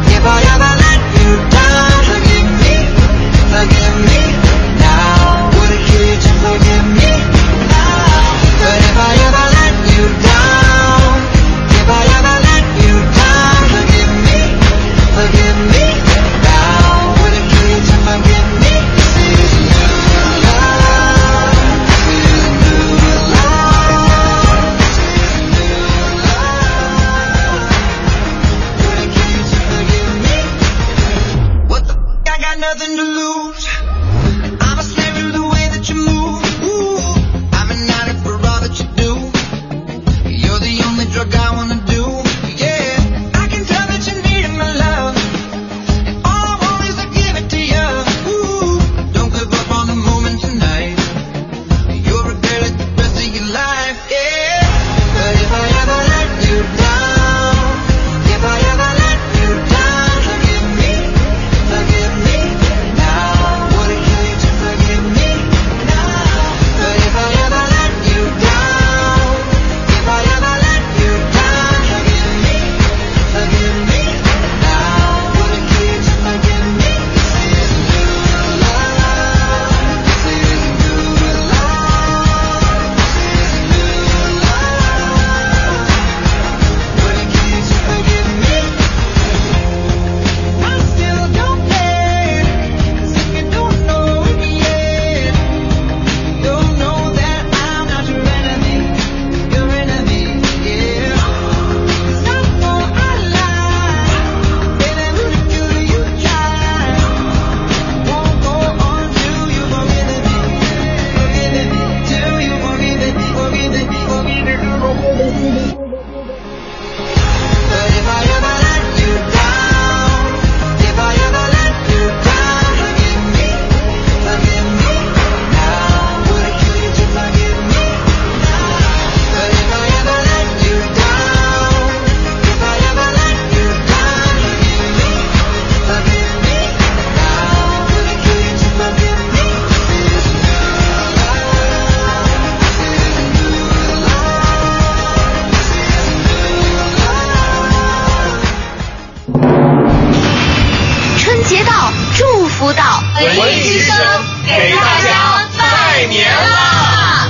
if I ever let you down, forgive me, forgive me now. Would you just forgive me now? But if I ever let you down, if I ever let you down, forgive me, forgive me now. Would you just forgive me? This is new love, this is new love. I got nothing to lose. I'm a slave to the way that you move. Ooh, I'm an addict for all that you do. You're the only drug I wanna do. Yeah, I can tell that you need my love. And all I want is to give it to you. Ooh, don't give up on the moment tonight. You'll regret it the rest of your life. Yeah, but if I ever let you down, if I ever let you down, forgive me. Forgive me now. Would it kill you to forgive me now? But if I ever let you down, if I ever let you down, forgive me, forgive me now. Would it kill you to forgive me? This is new love. This is new love. This is new love. Would it kill you to forgive me? I still don't care, 'cause if you don't know it yet, don't know that I'm not your enemy, your enemy, yeah. 'Cause I know I lied, baby, would it kill you to try? Won't go on till you forgive me, forgive me, till you forgive me, forgive me, forgive me. But if I ever let you down, if I ever let you down, forgive me, forgive me now. Would it kill you to forgive me now? But if I ever let you down, if I ever let you down, forgive me, forgive me now. Would it kill you to forgive me? This is new love. This is new love. This is new love. 春节到，祝福到，文艺之声给大家拜年啦！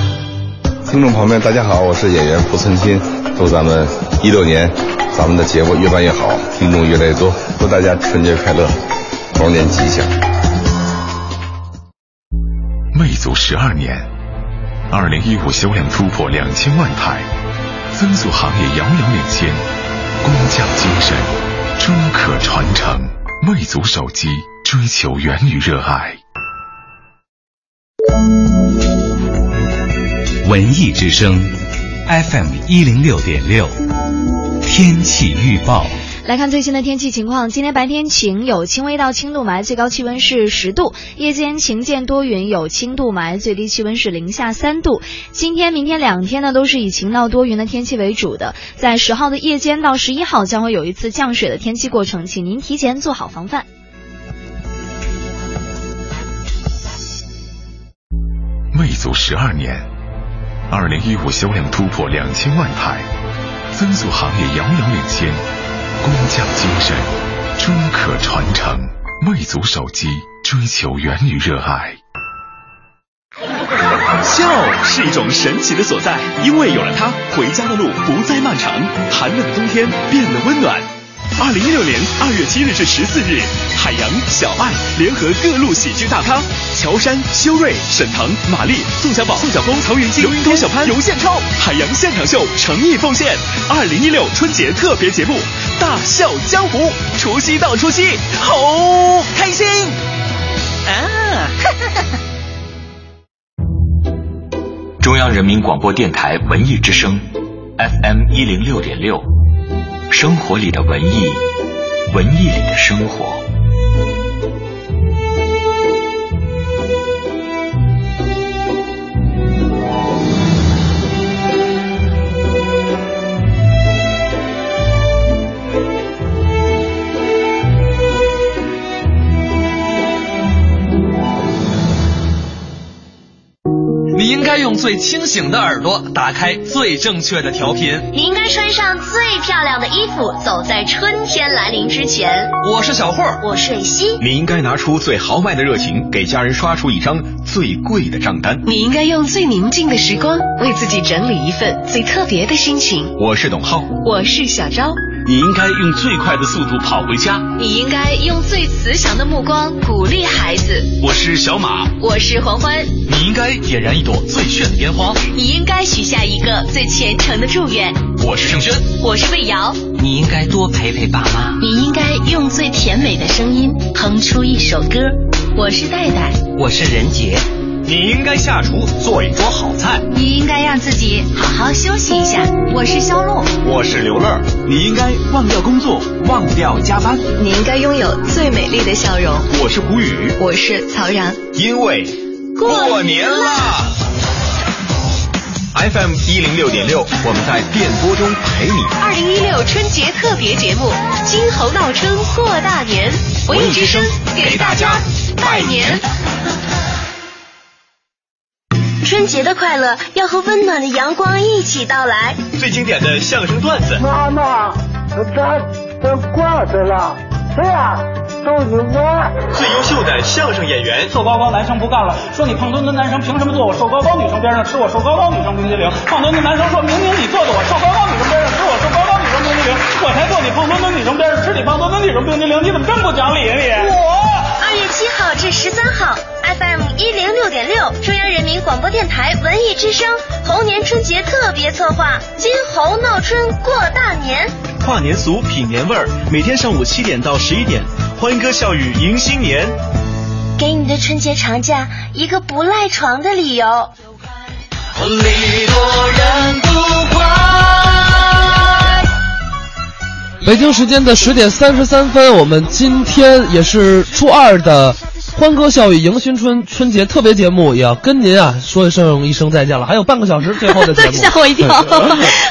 听众朋友们，大家好，我是演员濮存昕，祝咱们一六年咱们的节目 越办越好，听众越来越多，祝大家春节快乐，猴年吉祥。魅族十二年，二零一五销量突破两千万台，增速行业遥遥领先，工匠精神终可传承。魅族手机追求源于热爱。文艺之声，FM 一零六点六，天气预报。来看最新的天气情况，今天白天晴，有轻微到轻度霾，最高气温是十度；夜间晴见多云，有轻度霾，最低气温是零下三度。今天、明天两天呢，都是以晴到多云的天气为主的，在十号的夜间到十一号将会有一次降水的天气过程，请您提前做好防范。魅族十二年，二零一五销量突破两千万台，增速行业遥遥领先，工匠精神终可传承。魅族手机追求源于热爱。笑是一种神奇的所在，因为有了它，回家的路不再漫长，寒冷的冬天变得温暖。二零一六年二月七日至十四日，海洋、小爱联合各路喜剧大咖，乔杉、修睿、沈腾、马丽、宋小宝、宋晓峰、曹云金、刘云东、小潘、尤宪超，海洋现场秀诚意奉献。二零一六春节特别节目《大笑江湖》，除夕到初七，好开心啊！中央人民广播电台文艺之声，FM 一零六点六，生活里的文艺，文艺里的生活。你应该用最清醒的耳朵打开最正确的调频。你应该穿上最漂亮的衣服，走在春天来临之前。我是小霍，我是蕊希。你应该拿出最豪迈的热情，给家人刷出一张最贵的账单。你应该用最宁静的时光，为自己整理一份最特别的心情。我是董浩，我是小昭，你应该用最快的速度跑回家。你应该用最慈祥的目光鼓励孩子。我是小马，我是黄欢，你应该点燃一朵最炫的烟花。你应该许下一个最虔诚的祝愿。我是盛轩，我是魏瑶，你应该多陪陪爸妈。你应该用最甜美的声音哼出一首歌。我是戴戴，我是任杰，你应该下厨做一桌好菜。你应该让自己好好休息一下。我是肖璐。我是刘乐，你应该忘掉工作，忘掉加班。你应该拥有最美丽的笑容。我是胡宇，我是曹然。因为过年啦！FM 一零六点六，我们在电波中陪你。二零一六春节特别节目《金猴闹春过大年》，文艺之声给大家拜年。春节的快乐要和温暖的阳光一起到来。最经典的相声段子，妈妈，咱咱挂着了，谁呀？都是我。最优秀的相声演员，瘦高高男生不干了，说你胖墩墩男生凭什么坐我瘦高高女生边上吃我瘦高高女生冰激凌？胖墩墩男生说明明你坐的我瘦高高女生边上吃我瘦高高女生冰激凌，我才坐你胖墩墩女生边上吃你胖墩墩女生冰激凌，你怎么这么不讲理啊你？二月七号至十三号，FM 一零六点六，中央人民广播电台文艺之声猴年春节特别策划《金猴闹春过大年》。跨年俗品年味儿，每天上午七点到十一点，欢歌笑语迎新年。给你的春节长假一个不赖床的理由。礼多人不怪。北京时间的十点三十三分，我们今天也是初二的欢歌笑语迎新春春节特别节目，也要跟您啊说一声一声再见了。还有半个小时最后 的节目，吓我 一跳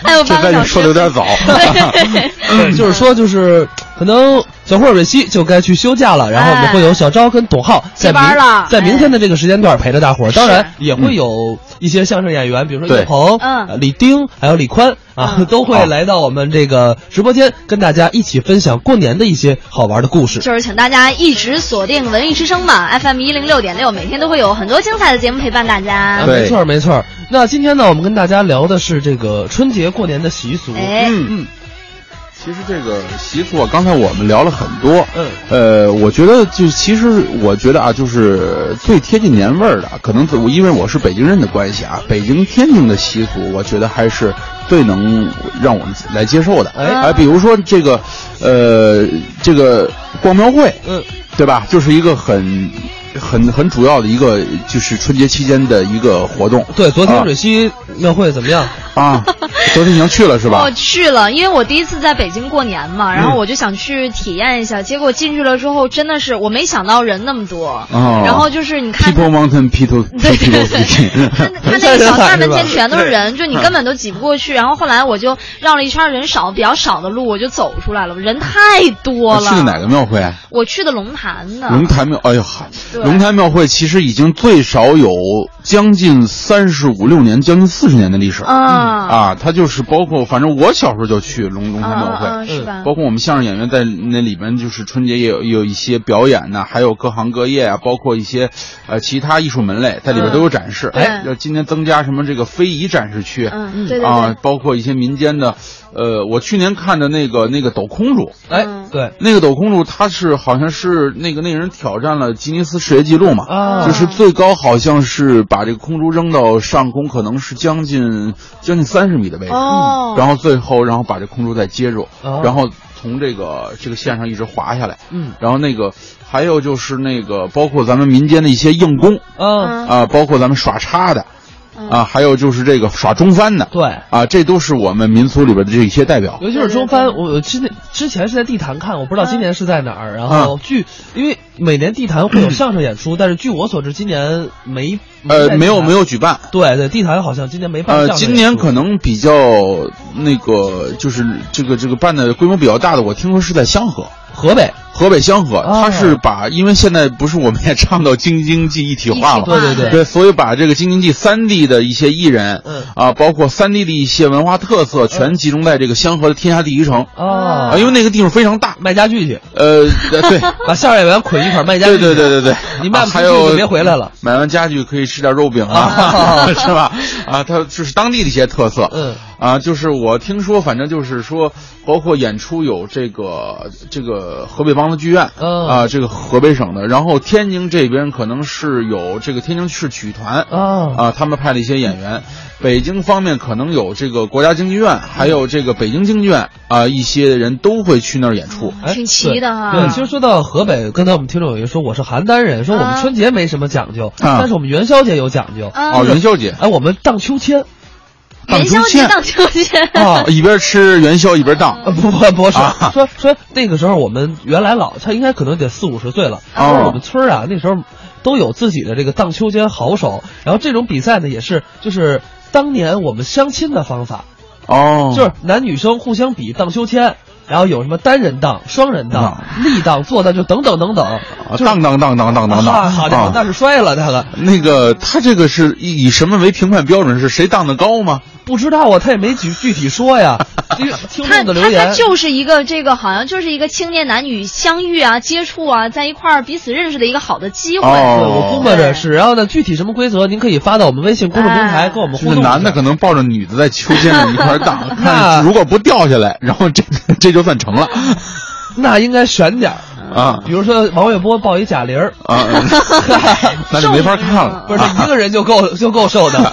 还有半个小时说的有点 早。 对，就是说就是可能小霍、蕊希就该去休假了，然后我们会有小昭跟董浩在接班明了在明天的这个时间段陪着大伙儿，当然也会有一些相声演员，比如说对岳鹏、嗯呃李丁还有李宽啊，都会来到我们这个直播间，跟大家一起分享过年的一些好玩的故事。就是请大家一直锁定文艺之声嘛，FM 一零六点六，每天都会有很多精彩的节目陪伴大家。啊，没错儿没错儿。那今天呢，我们跟大家聊的是这个春节过年的习俗。哎嗯嗯，其实这个习俗啊，刚才我们聊了很多，嗯，呃，我觉得就其实我觉得啊，就是最贴近年味儿的，可能我因为我是北京人的关系啊，北京、天津的习俗，我觉得还是最能让我们来接受的。哎比如说这个，呃，这个逛庙会，嗯，对吧？就是一个很。很很主要的一个就是春节期间的一个活动。对，昨天啊蕊希庙会怎么样？啊啊，昨天已经去了是吧？嗯我哦去了，因为我第一次在北京过年嘛，然后我就想去体验一下。结果进去了之后，真的是我没想到人那么多。哦然后就是你看 People Mountain People People City，他那个小 大门前全都是人，嗯就你根本都挤不过去。然后后来我就绕了一圈人少、比较少的路，我就走出来了，人太多了。啊去的哪个庙会？我去的龙潭的。龙潭庙，哎呦，对龙潭庙会其实已经最少有将近三十五六年，将近四十年的历史了。啊啊，它就是包括，反正我小时候就去龙龙潭庙嗯嗯嗯会，是吧包括我们相声演员在那里边，就是春节也有也有一些表演呐、还有各行各业啊，包括一些呃其他艺术门类在里边都有展示。嗯哎，要今年增加什么这个非遗展示区，嗯嗯对对对啊，包括一些民间的呃，我去年看的那个那个抖空主，哎，对，那个抖空主他是好像是那个那个人挑战了吉尼斯世界纪录嘛，啊就是最高好像是把这个空竹扔到上空，可能是将近将近三十米的位置，哦然后最后然后把这空竹再接住，哦然后从这个这个线上一直滑下来，嗯然后那个还有就是那个包括咱们民间的一些硬功，嗯啊，包括咱们耍叉的。啊，还有就是这个耍中翻的，对啊，这都是我们民俗里边的这些代表。尤其是中翻，我之前之前是在地坛看，我不知道今年是在哪儿。然嗯后据，因为每年地坛会有相声演出，但是据我所知，今年没呃，没有没。在地坛有举办，对对，地坛好像今年没办相呃，声演出。今年可能比较那个，就是这个这个办的规模比较大的，我听说是在香河，河北。哦河北香河，他是把，因为现在不是我们也唱到京津冀一体化了，一体化对对对对，所以把这个京津冀三地的一些艺人，嗯啊，包括三地的一些文化特色，全集中在这个香河的天下第一城，啊因为那个地方非常大，卖家具去，呃，对， 把相声演员捆一块儿卖家具去对对对对对， 你卖不出啊还去有就别回来了。买完家具可以吃点肉饼啊， 是吧？啊，它就是当地的一些特色。嗯。啊，就是我听说，反正就是说，包括演出有这个这个河北梆子剧院，嗯啊，这个河北省的，然后天津这边可能是有这个天津市曲艺团，啊啊，他们派了一些演员。北京方面可能有这个国家京剧院，还有这个北京京剧院啊，一些人都会去那儿演出。哎挺齐的哈对，对其实说到河北，刚才我们听众有一个说我是邯郸人，说我们春节没什么讲究，但是我们元宵节有讲究。啊啊哦就是啊元宵节哎，我们荡秋千。元宵节 荡秋千 啊，一边吃元宵一边荡，啊啊不不不是，说说那个时候我们原来老，他应该可能得四五十岁了。哦说我们村儿啊，那时候都有自己的这个荡秋千好手，然后这种比赛呢，也是就是当年我们相亲的方法。哦就是男女生互相比荡秋千，然后有什么单人荡、双人荡、立荡、坐荡，就等等等等。啊荡荡荡荡荡荡啊荡，好家伙，那是是摔了那个。那个他这个是以以什么为评判标准？是谁荡得高吗？不知道啊，他也没具具体说 呀。因为听他众的留他言，他就是一个这个好像就是一个青年男女相遇啊、接触啊，在一块儿彼此认识的一个好的机会。哦对，我估摸着是。然后呢，具体什么规则，您可以发到我们微信公众平嗯台跟我们就互是动。，男的可能抱着女的在秋千上一块儿荡 看如果不掉下来，然后这这就算成了 那应该选点儿啊比如说王月波抱一贾玲儿 啊，嗯那就没法看了。不是他一个人就够就够受的。